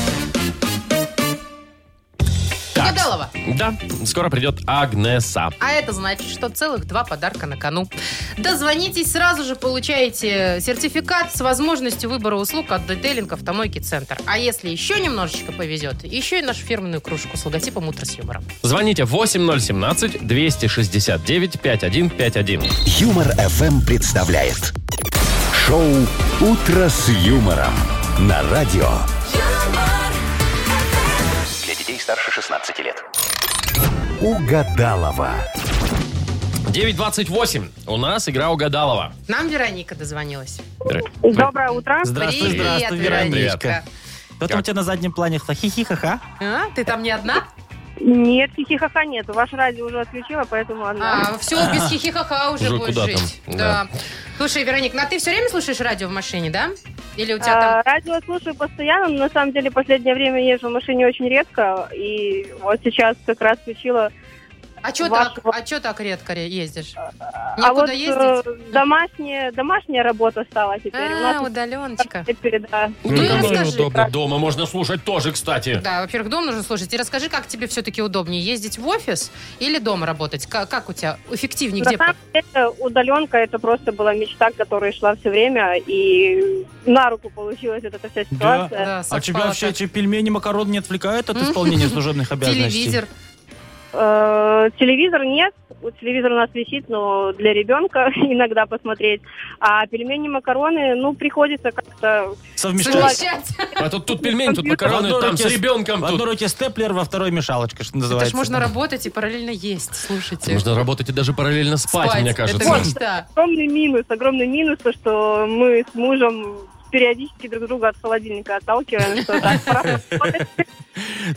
Speaker 3: Гадалова.
Speaker 2: Да, скоро придет Агнеса.
Speaker 3: А это значит, что целых два подарка на кону. Дозвонитесь, сразу же получаете сертификат с возможностью выбора услуг от детейлинг «Автомойки Центр». А если еще немножечко повезет, еще и нашу фирменную кружку с логотипом «Утро с юмором».
Speaker 2: Звоните 8017-269-5151.
Speaker 1: Юмор ФМ представляет. Шоу «Утро с юмором» на радио.
Speaker 5: Для детей старше 16 лет.
Speaker 1: Угадалова.
Speaker 2: 928. У нас игра угадалова.
Speaker 3: Нам Вероника дозвонилась.
Speaker 7: Доброе утро.
Speaker 4: Здравствуй,
Speaker 3: Привет,
Speaker 4: здравствуй,
Speaker 2: Вероника.
Speaker 3: Вероничка.
Speaker 4: Кто там у тебя на заднем плане? Хихихаха.
Speaker 3: А, ты там не одна?
Speaker 7: Нет, хихиха нет. Ваше радио уже отключила, поэтому она...
Speaker 3: А, все, без хихихаха уже
Speaker 2: Уже
Speaker 3: будешь
Speaker 2: куда
Speaker 3: жить.
Speaker 2: там,
Speaker 3: Да. Слушай, Вероник, ну а ты все время слушаешь радио в машине, да? Или у тебя там...
Speaker 7: А, Радио слушаю постоянно, но на самом деле последнее время езжу в машине очень редко. И вот сейчас как раз включила.
Speaker 3: А что
Speaker 7: ваш-
Speaker 3: так, а чё так редко ре- ездишь?
Speaker 7: а вот
Speaker 3: Некуда
Speaker 7: э,
Speaker 3: Ну, ездить?
Speaker 7: домашняя, домашняя работа стала теперь. У
Speaker 3: А,
Speaker 7: нас
Speaker 3: удаленочка.
Speaker 7: теперь, [laughs] да.
Speaker 3: Ну, ты
Speaker 2: Кому
Speaker 3: расскажи.
Speaker 2: удобно. Дома можно слушать тоже, кстати.
Speaker 3: Да, во-первых, дом нужно слушать. И расскажи, как тебе все-таки удобнее, ездить в офис или дома работать? Ка- Как, у тебя эффективнее? Где?
Speaker 7: На самом деле, удаленка это просто была мечта, к которой шла все время, и на руку получилась вот эта вся ситуация.
Speaker 3: Да,
Speaker 4: А
Speaker 3: э, совпало
Speaker 4: тебя вообще
Speaker 3: так.
Speaker 4: эти пельмени, макароны не отвлекают от исполнения служебных обязанностей?
Speaker 3: Телевизор.
Speaker 7: Э, телевизор нет, Вот телевизор у нас висит, но для ребенка [laughs] иногда посмотреть. А пельмени, макароны, ну, приходится как-то...
Speaker 4: Совмещать.
Speaker 3: Совмещать.
Speaker 2: А тут тут пельмень, тут макароны,
Speaker 4: В одной
Speaker 2: там с
Speaker 4: руке-
Speaker 2: ребенком
Speaker 4: В
Speaker 2: тут.
Speaker 4: одной руке степлер, во второй мешалочка, что
Speaker 3: Это ж
Speaker 4: называется.
Speaker 3: можно работать и параллельно есть, слушайте.
Speaker 2: Можно работать и даже параллельно спать, мне кажется.
Speaker 3: Это мечта.
Speaker 7: Огромный минус, огромный минус, то, что мы с мужем периодически друг друга от холодильника отталкиваем, что так пора.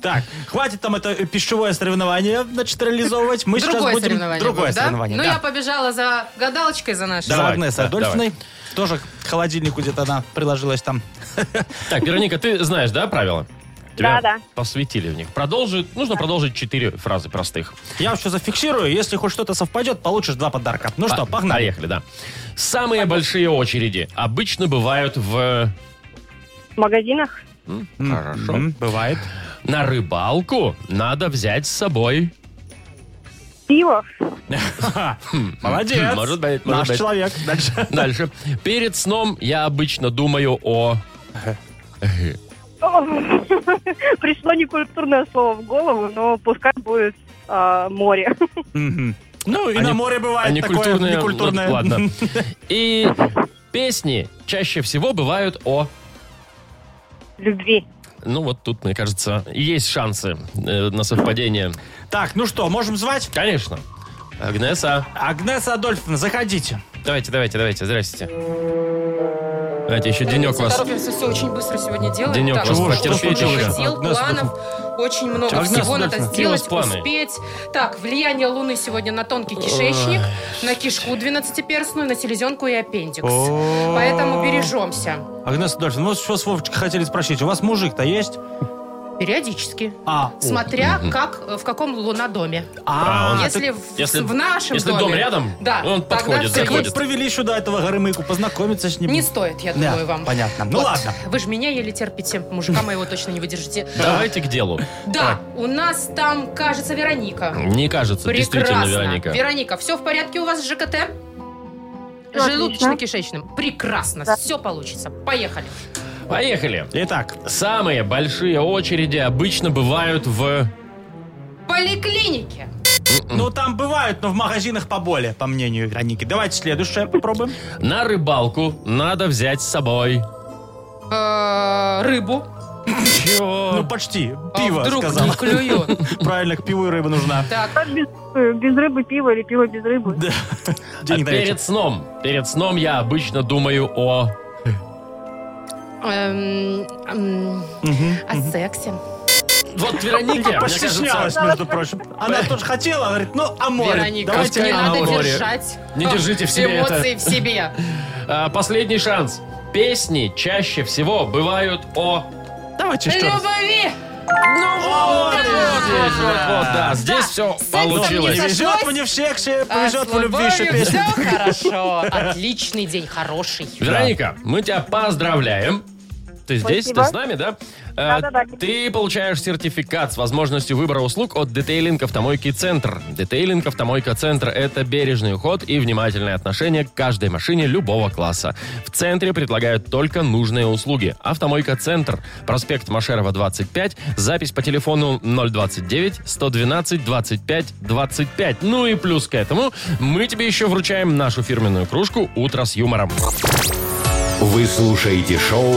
Speaker 4: Так, хватит там это э, пищевое соревнование, значит, реализовывать. Мы сейчас
Speaker 3: другое
Speaker 4: будем...
Speaker 3: соревнование.
Speaker 4: Другое
Speaker 3: будет, да?
Speaker 4: соревнование,
Speaker 3: Ну,
Speaker 4: да.
Speaker 3: я побежала за гадалочкой за нашей.
Speaker 4: За
Speaker 2: Давай, да,
Speaker 4: Агнесой Адольфиной. Тоже к холодильнику где-то она приложилась там.
Speaker 2: Так, Вероника, ты знаешь, да, правила? Тебя
Speaker 7: Да, да.
Speaker 2: посвятили в них. Продолжи, нужно продолжить четыре фразы простых.
Speaker 4: Я все зафиксирую. Если хоть что-то совпадет, получишь два подарка. Ну что,
Speaker 2: По-
Speaker 4: погнали.
Speaker 2: Поехали, да. Самые большие очереди обычно бывают в...
Speaker 7: В магазинах
Speaker 2: М,
Speaker 4: М,
Speaker 2: Хорошо.
Speaker 4: м, Бывает.
Speaker 2: На рыбалку надо взять с собой
Speaker 7: Пиво.
Speaker 2: [laughs]
Speaker 4: Молодец.
Speaker 2: Может быть, может
Speaker 4: Наш
Speaker 2: быть.
Speaker 4: человек. Дальше.
Speaker 2: [laughs] Дальше. Перед сном я обычно думаю о...
Speaker 7: О, [laughs] Пришло некультурное слово в голову, но пускай будет а, море.
Speaker 4: Ну, и
Speaker 2: А
Speaker 4: на
Speaker 2: не-
Speaker 4: море бывает
Speaker 2: а не
Speaker 4: такое
Speaker 2: культурное,
Speaker 4: некультурное.
Speaker 2: л- ладно. И песни чаще всего бывают о...
Speaker 7: Любви.
Speaker 2: Ну, вот тут, мне кажется, есть шансы э, на совпадение.
Speaker 4: [laughs] Так, ну что, можем звать?
Speaker 2: Конечно. Агнеса.
Speaker 4: Агнеса Адольфовна, заходите.
Speaker 2: Давайте, давайте, давайте. Здрасте. Давайте еще денек вас.
Speaker 3: Торопимся, все очень быстро сегодня делаем.
Speaker 2: Денек
Speaker 3: Так,
Speaker 2: вас
Speaker 3: что, что
Speaker 2: потерпеть
Speaker 3: случилось?
Speaker 2: еще.
Speaker 3: Дел,
Speaker 2: Агнес,
Speaker 3: планов очень много.
Speaker 2: Агнес,
Speaker 3: Всего надо
Speaker 2: Агнес,
Speaker 3: сделать,
Speaker 2: какие у вас планы?
Speaker 3: успеть. Так, влияние Луны сегодня на тонкий кишечник, на кишку 12-перстную, на селезенку и аппендикс.
Speaker 4: О.
Speaker 3: Поэтому бережемся.
Speaker 4: Агнеса Адольфовна, ну что с Вовочкой хотели спросить? У вас мужик-то есть?
Speaker 3: Периодически.
Speaker 4: А, о.
Speaker 3: Смотря как, э, в каком лунодоме.
Speaker 4: А,
Speaker 3: если,
Speaker 4: так-
Speaker 3: в,
Speaker 2: если-
Speaker 3: в нашем
Speaker 2: если дом
Speaker 3: доме,
Speaker 2: рядом,
Speaker 3: да,
Speaker 2: он
Speaker 3: тогда
Speaker 2: подходит,
Speaker 3: всё
Speaker 4: так вы
Speaker 2: заходит.
Speaker 3: есть.
Speaker 4: провели сюда этого Горымыку, познакомиться с ним.
Speaker 3: Не стоит, я
Speaker 4: Да,
Speaker 3: думаю, вам.
Speaker 4: понятно. Ну
Speaker 3: Вот.
Speaker 4: ладно.
Speaker 3: Вы же меня еле терпите, мужика моего точно не выдержите.
Speaker 2: Давайте к делу. А.
Speaker 3: Да, у нас там, кажется, Вероника.
Speaker 2: Не кажется, Ну, действительно,
Speaker 3: Прекрасно.
Speaker 2: Вероника.
Speaker 3: Вероника, все в порядке у вас с ЖКТ?
Speaker 7: Всё
Speaker 3: Желудочно-кишечным. Прекрасно, все получится. Поехали.
Speaker 2: Поехали.
Speaker 4: Итак,
Speaker 2: Самые большие очереди обычно бывают в...
Speaker 3: Поликлиники.
Speaker 4: ну там бывают, но в магазинах поболее, по мнению Вероники. Давайте следующее попробуем.
Speaker 2: На рыбалку надо взять с собой...
Speaker 3: Э, Рыбу.
Speaker 4: Ну
Speaker 2: Чего?
Speaker 4: почти. Пиво,
Speaker 3: А вдруг
Speaker 4: сказал.
Speaker 3: не клюет?
Speaker 4: [laughs] Правильно, к пиву и рыба нужна.
Speaker 3: Так,
Speaker 6: Без, э, без рыбы пиво или пиво без рыбы.
Speaker 4: Да.
Speaker 2: А
Speaker 4: Денег на вечер.
Speaker 2: перед сном. Перед сном я обычно думаю о...
Speaker 3: эм, м, о сексе.
Speaker 2: Вот Веронике,
Speaker 4: [laughs]
Speaker 2: мне
Speaker 4: Постеснялась,
Speaker 2: кажется...
Speaker 4: между прочим. Она тоже хотела, говорит, ну, а море.
Speaker 3: Вероника,
Speaker 4: Давайте
Speaker 3: не
Speaker 4: о
Speaker 3: надо
Speaker 4: море.
Speaker 2: море.
Speaker 3: держать
Speaker 2: Не
Speaker 3: э,
Speaker 2: держите в себе это.
Speaker 3: эмоции в себе.
Speaker 2: [laughs] а, Последний шанс. Песни чаще всего бывают о...
Speaker 4: Давайте еще раз.
Speaker 3: Любви!
Speaker 2: Вот, вот, вот, вот, да. Здесь
Speaker 3: Да.
Speaker 2: все
Speaker 3: Секса
Speaker 2: получилось.
Speaker 3: не за-
Speaker 4: Повезет
Speaker 3: Сошлось?
Speaker 4: мне в сексе,
Speaker 3: А
Speaker 4: повезет
Speaker 3: с
Speaker 4: в любви еще
Speaker 3: любовью
Speaker 4: песня.
Speaker 2: [laughs]
Speaker 3: всё хорошо. Отличный день, хороший.
Speaker 2: Вероника, мы тебя поздравляем. Ты здесь,
Speaker 7: Спасибо.
Speaker 2: ты с нами, да? Э,
Speaker 7: Да-да-да.
Speaker 2: Ты получаешь сертификат с возможностью выбора услуг от Детейлинг Автомойки Центр. Детейлинг Автомойка Центр – это бережный уход и внимательное отношение к каждой машине любого класса. В центре предлагают только нужные услуги. Автомойка Центр, проспект Машерова, 25, запись по телефону 029-112-25-25. Ну и плюс к этому мы тебе еще вручаем нашу фирменную кружку «Утро с юмором».
Speaker 1: Вы слушаете шоу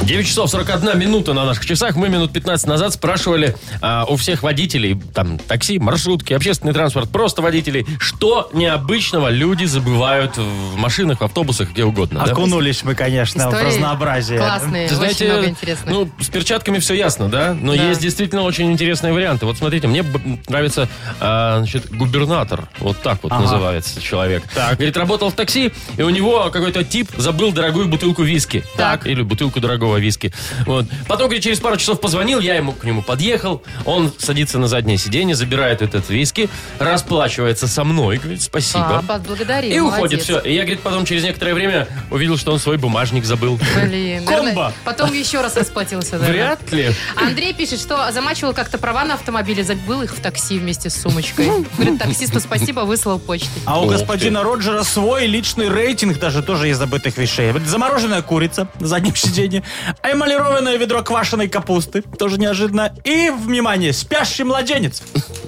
Speaker 2: 9 часов 41 минута на наших часах. Мы минут 15 назад спрашивали а, у всех водителей, там, такси, маршрутки, общественный транспорт, просто водителей, что необычного люди забывают в машинах, в автобусах, где угодно. да?
Speaker 4: Окунулись мы, конечно, в
Speaker 3: Истории
Speaker 4: разнообразие.
Speaker 3: Классные,
Speaker 2: Ты знаете,
Speaker 3: Э, очень много интересных.
Speaker 2: ну, с перчатками все ясно, да? Но
Speaker 3: Да.
Speaker 2: есть действительно очень интересные варианты. Вот смотрите, мне б- нравится, а, значит, губернатор. Вот так вот
Speaker 4: Ага.
Speaker 2: называется человек. Говорит, работал в такси, и у него какой-то тип забыл дорогую бутылку виски.
Speaker 3: Так.
Speaker 2: Или бутылку дорогого виски. Вот. Потом, говорит, через пару часов позвонил, я ему к нему подъехал. Он садится на заднее сиденье, забирает этот виски, расплачивается со мной. Говорит, спасибо.
Speaker 3: А, поблагодари,
Speaker 2: И уходит,
Speaker 3: молодец.
Speaker 2: все. И я, говорит, потом через некоторое время увидел, что он свой бумажник забыл.
Speaker 3: Блин, наверное,
Speaker 4: Комбо.
Speaker 3: потом еще раз расплатился. наверное.
Speaker 2: Вряд ли.
Speaker 3: Андрей пишет, что замачивал как-то права на автомобиле, забыл их в такси вместе с сумочкой. Говорит, таксисту спасибо, выслал почтой.
Speaker 4: А у
Speaker 2: Ух
Speaker 4: господина
Speaker 2: ты.
Speaker 4: Роджера свой личный рейтинг даже тоже из забытых вещей. Вот Замороженная курица на заднем сиденье, а эмалированное ведро квашеной капусты, тоже неожиданно, и, внимание, спящий младенец.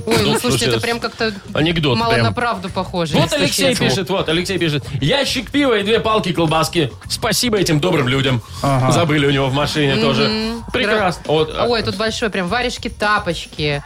Speaker 3: Ой, ну
Speaker 2: Ну,
Speaker 3: слушайте, это
Speaker 2: слушай,
Speaker 3: прям как-то
Speaker 2: анекдот
Speaker 3: мало
Speaker 2: прям.
Speaker 3: на правду похоже.
Speaker 2: Вот
Speaker 3: если
Speaker 2: Алексей
Speaker 3: честно.
Speaker 2: пишет, вот Алексей пишет. Ящик пива и две палки колбаски. Спасибо этим добрым людям.
Speaker 4: Ага.
Speaker 2: Забыли у него в машине тоже. Прекрасно. Вот, а,
Speaker 3: Ой, тут большой прям варежки, тапочки.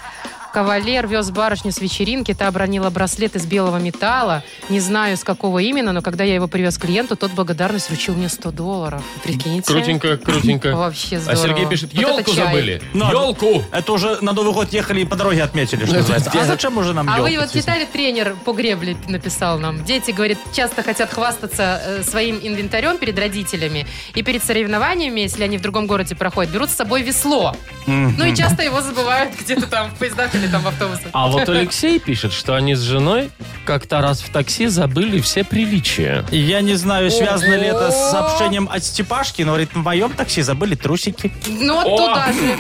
Speaker 3: Кавалер вез барышню с вечеринки, та обронила браслет из белого металла. Не знаю, с какого именно, но когда я его привез клиенту, тот благодарность вручил мне 100 долларов. Прикиньте.
Speaker 2: Крутенько, крутенько.
Speaker 3: Вообще
Speaker 2: А
Speaker 3: здорово.
Speaker 2: Сергей пишет,
Speaker 3: Вот это
Speaker 2: елку
Speaker 3: чай.
Speaker 2: забыли.
Speaker 4: Ну,
Speaker 2: Елку.
Speaker 4: Это уже на Новый год ехали и по дороге
Speaker 2: [laughs]
Speaker 4: отметили, что называется. А зачем уже нам
Speaker 3: А вы
Speaker 4: ёлка,
Speaker 3: вот
Speaker 4: действительно?
Speaker 3: читали, тренер по гребле написал нам. Дети, говорит, часто хотят хвастаться э, своим инвентарем перед родителями. И перед соревнованиями, если они в другом городе проходят, берут с собой весло. Ну и часто его забывают где-то там в поездах или сели там в автобус.
Speaker 2: А
Speaker 3: [laughs]
Speaker 2: вот Алексей пишет, что они с женой как-то раз в такси забыли все приличия.
Speaker 4: И Я не знаю, связано ли это с сообщением от Степашки, но говорит, в моем такси забыли трусики.
Speaker 3: Ну вот
Speaker 4: О!
Speaker 3: туда же.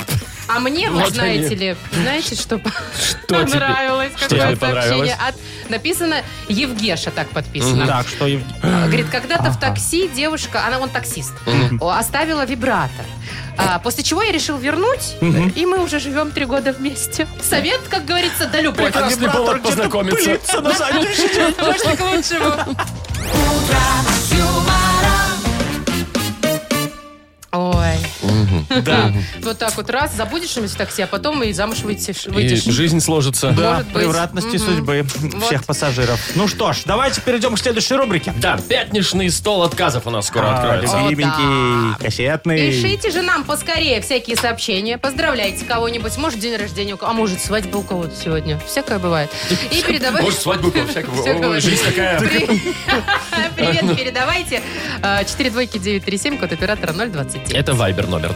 Speaker 3: А мне, вот
Speaker 4: Вот
Speaker 3: знаете
Speaker 4: они.
Speaker 3: ли, знаете,
Speaker 4: Что
Speaker 3: что
Speaker 4: тебе-
Speaker 3: понравилось?
Speaker 4: что
Speaker 3: Какое
Speaker 4: тебе понравилось?
Speaker 3: сообщение? от- Написано Евгеша, так подписано.
Speaker 4: Так, что... Ев-
Speaker 3: Говорит, когда-то в такси девушка, она, он таксист,
Speaker 4: Мгм.
Speaker 3: о, оставила вибратор. А, после чего я решил вернуть,
Speaker 4: Мгм.
Speaker 3: и мы уже живем три года вместе. Совет, как говорится, да любой.
Speaker 2: Прекрасный повод познакомиться.
Speaker 4: на заднем сиденье.
Speaker 3: Можно к лучшему. Ой.
Speaker 2: Да.
Speaker 3: [laughs] Вот так вот раз, забудешь им в такси, а потом и замуж выйти-
Speaker 2: И
Speaker 3: выйдешь.
Speaker 2: жизнь сложится.
Speaker 4: Да,
Speaker 3: быть.
Speaker 4: превратности
Speaker 3: Мгм.
Speaker 4: судьбы всех пассажиров. Ну что ж, давайте перейдем к следующей рубрике.
Speaker 2: Да, пятничный стол отказов у нас скоро откроется.
Speaker 4: Любименький, кассетный.
Speaker 3: Пишите же нам поскорее всякие сообщения. Поздравляйте кого-нибудь. Может, день рождения, у кого- а может, свадьба у кого-то сегодня. Всякое бывает. И передавайте...
Speaker 2: Может, свадьбу по всякому.
Speaker 3: Всякого.
Speaker 2: Ой, Жизнь такая.
Speaker 3: При- [laughs] Привет, передавайте. 4 двойки 937, код оператора 029.
Speaker 2: Это вайбер номер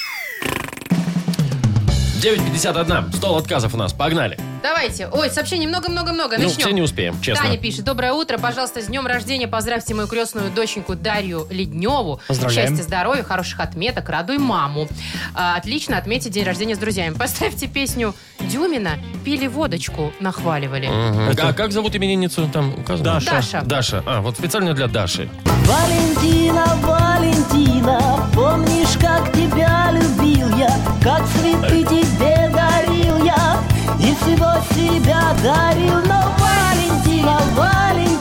Speaker 2: 9.51. Стол отказов у нас. Погнали.
Speaker 3: Давайте. Ой, сообщений много-много-много.
Speaker 2: Ну,
Speaker 3: Начнем.
Speaker 2: все не успеем, честно.
Speaker 3: Таня пишет. Доброе утро. Пожалуйста, с днем рождения. Поздравьте мою крестную доченьку Дарью Ледневу.
Speaker 2: Поздравляем.
Speaker 3: Счастья, здоровья, хороших отметок. Радуй маму. А, отлично отметьте день рождения с друзьями. Поставьте песню Дюмина «Пили водочку», нахваливали.
Speaker 2: Мгм. А как зовут именинницу? Там указано.
Speaker 3: Даша. Даша.
Speaker 2: Даша. А, вот специально для Даши.
Speaker 12: Валентина, Валентина, помнишь, как тебя любил я, как цветы тебе дарил я, и всего себя дарил, но Валентина,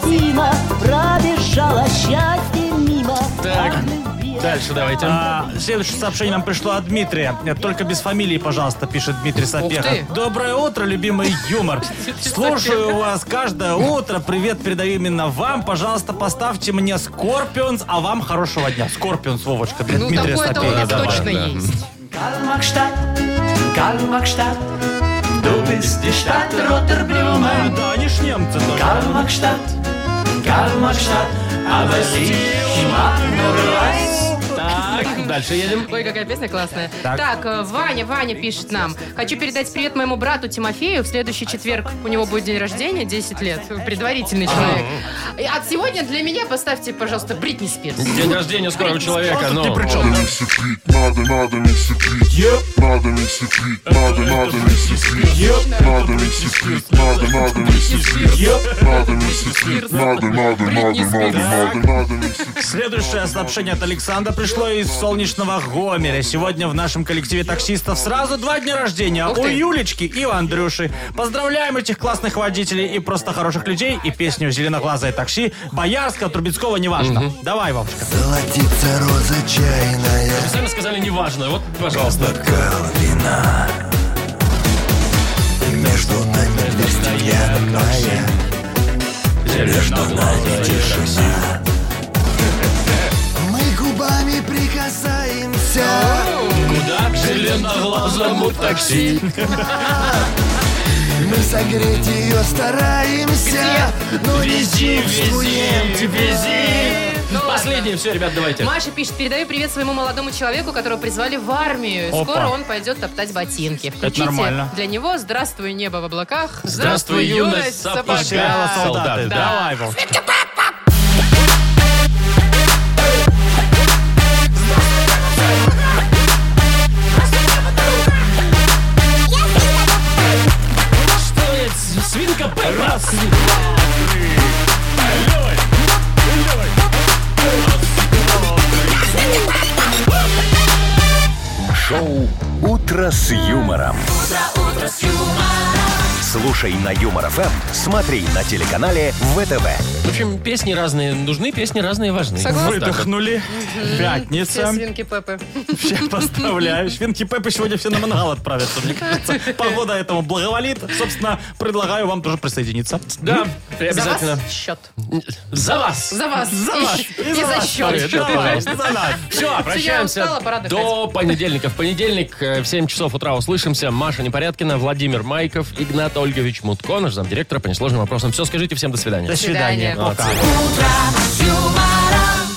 Speaker 12: Валентина, пробежала счастье мимо.
Speaker 2: Так. Дальше давайте.
Speaker 4: А, следующее сообщение нам пришло от Дмитрия. Э, Только без фамилии, пожалуйста, пишет Дмитрий Сапеха.
Speaker 2: ты.
Speaker 4: Доброе утро, любимый
Speaker 13: [laughs]
Speaker 4: юмор. Слушаю вас каждое утро. Привет передаю именно вам. Пожалуйста, поставьте мне Скорпионс, а вам хорошего дня. Скорпионс, Вовочка, для
Speaker 13: Ну,
Speaker 4: Дмитрия
Speaker 13: такое-то у
Speaker 4: Сапеха.
Speaker 13: нас
Speaker 4: Давай.
Speaker 13: точно
Speaker 4: Да.
Speaker 13: есть. Kalmar-Stadt, Kalmar-Stadt, du bist die Stadt Rotter-Blumen.
Speaker 4: Ну, Да, они ж немцы тоже.
Speaker 13: Kalmar-Stadt, Kalmar-Stadt, aber sie mag nur weiß.
Speaker 2: Так, дальше едем.
Speaker 3: Ой, какая песня классная. Так.
Speaker 2: Так.
Speaker 3: э, Ваня, Ваня пишет нам. Хочу передать привет моему брату Тимофею. В следующий четверг у него будет день рождения, 10 лет.
Speaker 2: А.
Speaker 3: Предварительный человек. И от сегодня для меня поставьте, пожалуйста, Бритни Спирс.
Speaker 2: День рождения скоро у человека.
Speaker 3: Он тут
Speaker 2: ну.
Speaker 3: ни при чем.
Speaker 11: Надо не сыпить, надо, надо не сыпить. Надо не сыпить, надо, надо не сыпить. Надо не сыпить, надо, надо не сыпить. Надо не сыпить, надо, надо, надо, надо, надо, надо не сыпить.
Speaker 4: Следующее сообщение от Александра пришло из солнечного Гомеля. Сегодня в нашем коллективе таксистов сразу два дня рождения.
Speaker 2: Ух
Speaker 4: У
Speaker 2: ты.
Speaker 4: Юлечки и у Андрюши. Поздравляем этих классных водителей и просто хороших людей. И песню «Зеленоглазое такси» Боярского, Трубецкого, неважно. Давай, бабушка.
Speaker 14: Золотится роза чайная
Speaker 2: Вы сами сказали неважно. Вот, пожалуйста.
Speaker 14: Калвина Между нами постоянная Между нами тишина Мы губами прикасаемся
Speaker 2: Куда? К зеленоглазому такси.
Speaker 14: Мы согреть ее стараемся Но
Speaker 2: Вези, вези, вези.
Speaker 3: Ну,
Speaker 2: Последнее все, ребят, давайте.
Speaker 3: Маша пишет, передаю привет своему молодому человеку, которого призвали в армию. И
Speaker 2: Опа.
Speaker 3: Скоро он пойдет топтать ботинки. Включите
Speaker 2: нормально.
Speaker 3: для него «Здравствуй, небо в облаках».
Speaker 2: Здравствуй, юность, сапога.
Speaker 3: сапога».
Speaker 2: Из сериала «Солдаты». Давай, Вовчик. Свинка Пеппа. Раз, два, три. Лёй. Лёй.
Speaker 1: Шоу «Утро с юмором». Слушай на Юмор ФМ, смотри на телеканале ВТВ.
Speaker 2: В общем, песни разные нужны, песни разные важны.
Speaker 4: Согласна.
Speaker 2: Вот так вот.
Speaker 4: Выдохнули.
Speaker 3: Все
Speaker 4: Пятница.
Speaker 3: свинки Пеппы.
Speaker 4: Всех поздравляю. Свинки Пеппы сегодня все на мангал отправятся, мне кажется. Погода этому благоволит. Собственно, предлагаю вам тоже присоединиться.
Speaker 2: Да,
Speaker 3: За вас
Speaker 2: обязательно.
Speaker 3: счет.
Speaker 2: За вас.
Speaker 3: За вас.
Speaker 4: За
Speaker 3: И
Speaker 4: вас.
Speaker 3: щ-
Speaker 4: И
Speaker 3: И
Speaker 4: за
Speaker 3: за
Speaker 4: вас.
Speaker 3: счет.
Speaker 4: Давай,
Speaker 2: пожалуйста.
Speaker 4: за нас.
Speaker 2: Все, прощаемся
Speaker 3: устала, пора отдыхать.
Speaker 2: до понедельника. В понедельник э, в 7 часов утра услышимся. Маша Непорядкина, Владимир Майков, Игнат Ольгович Мутко, наш замдиректора по несложным вопросам. Все скажите всем до свидания.
Speaker 12: До свидания.
Speaker 2: Молодцы.
Speaker 12: Утро с юмором.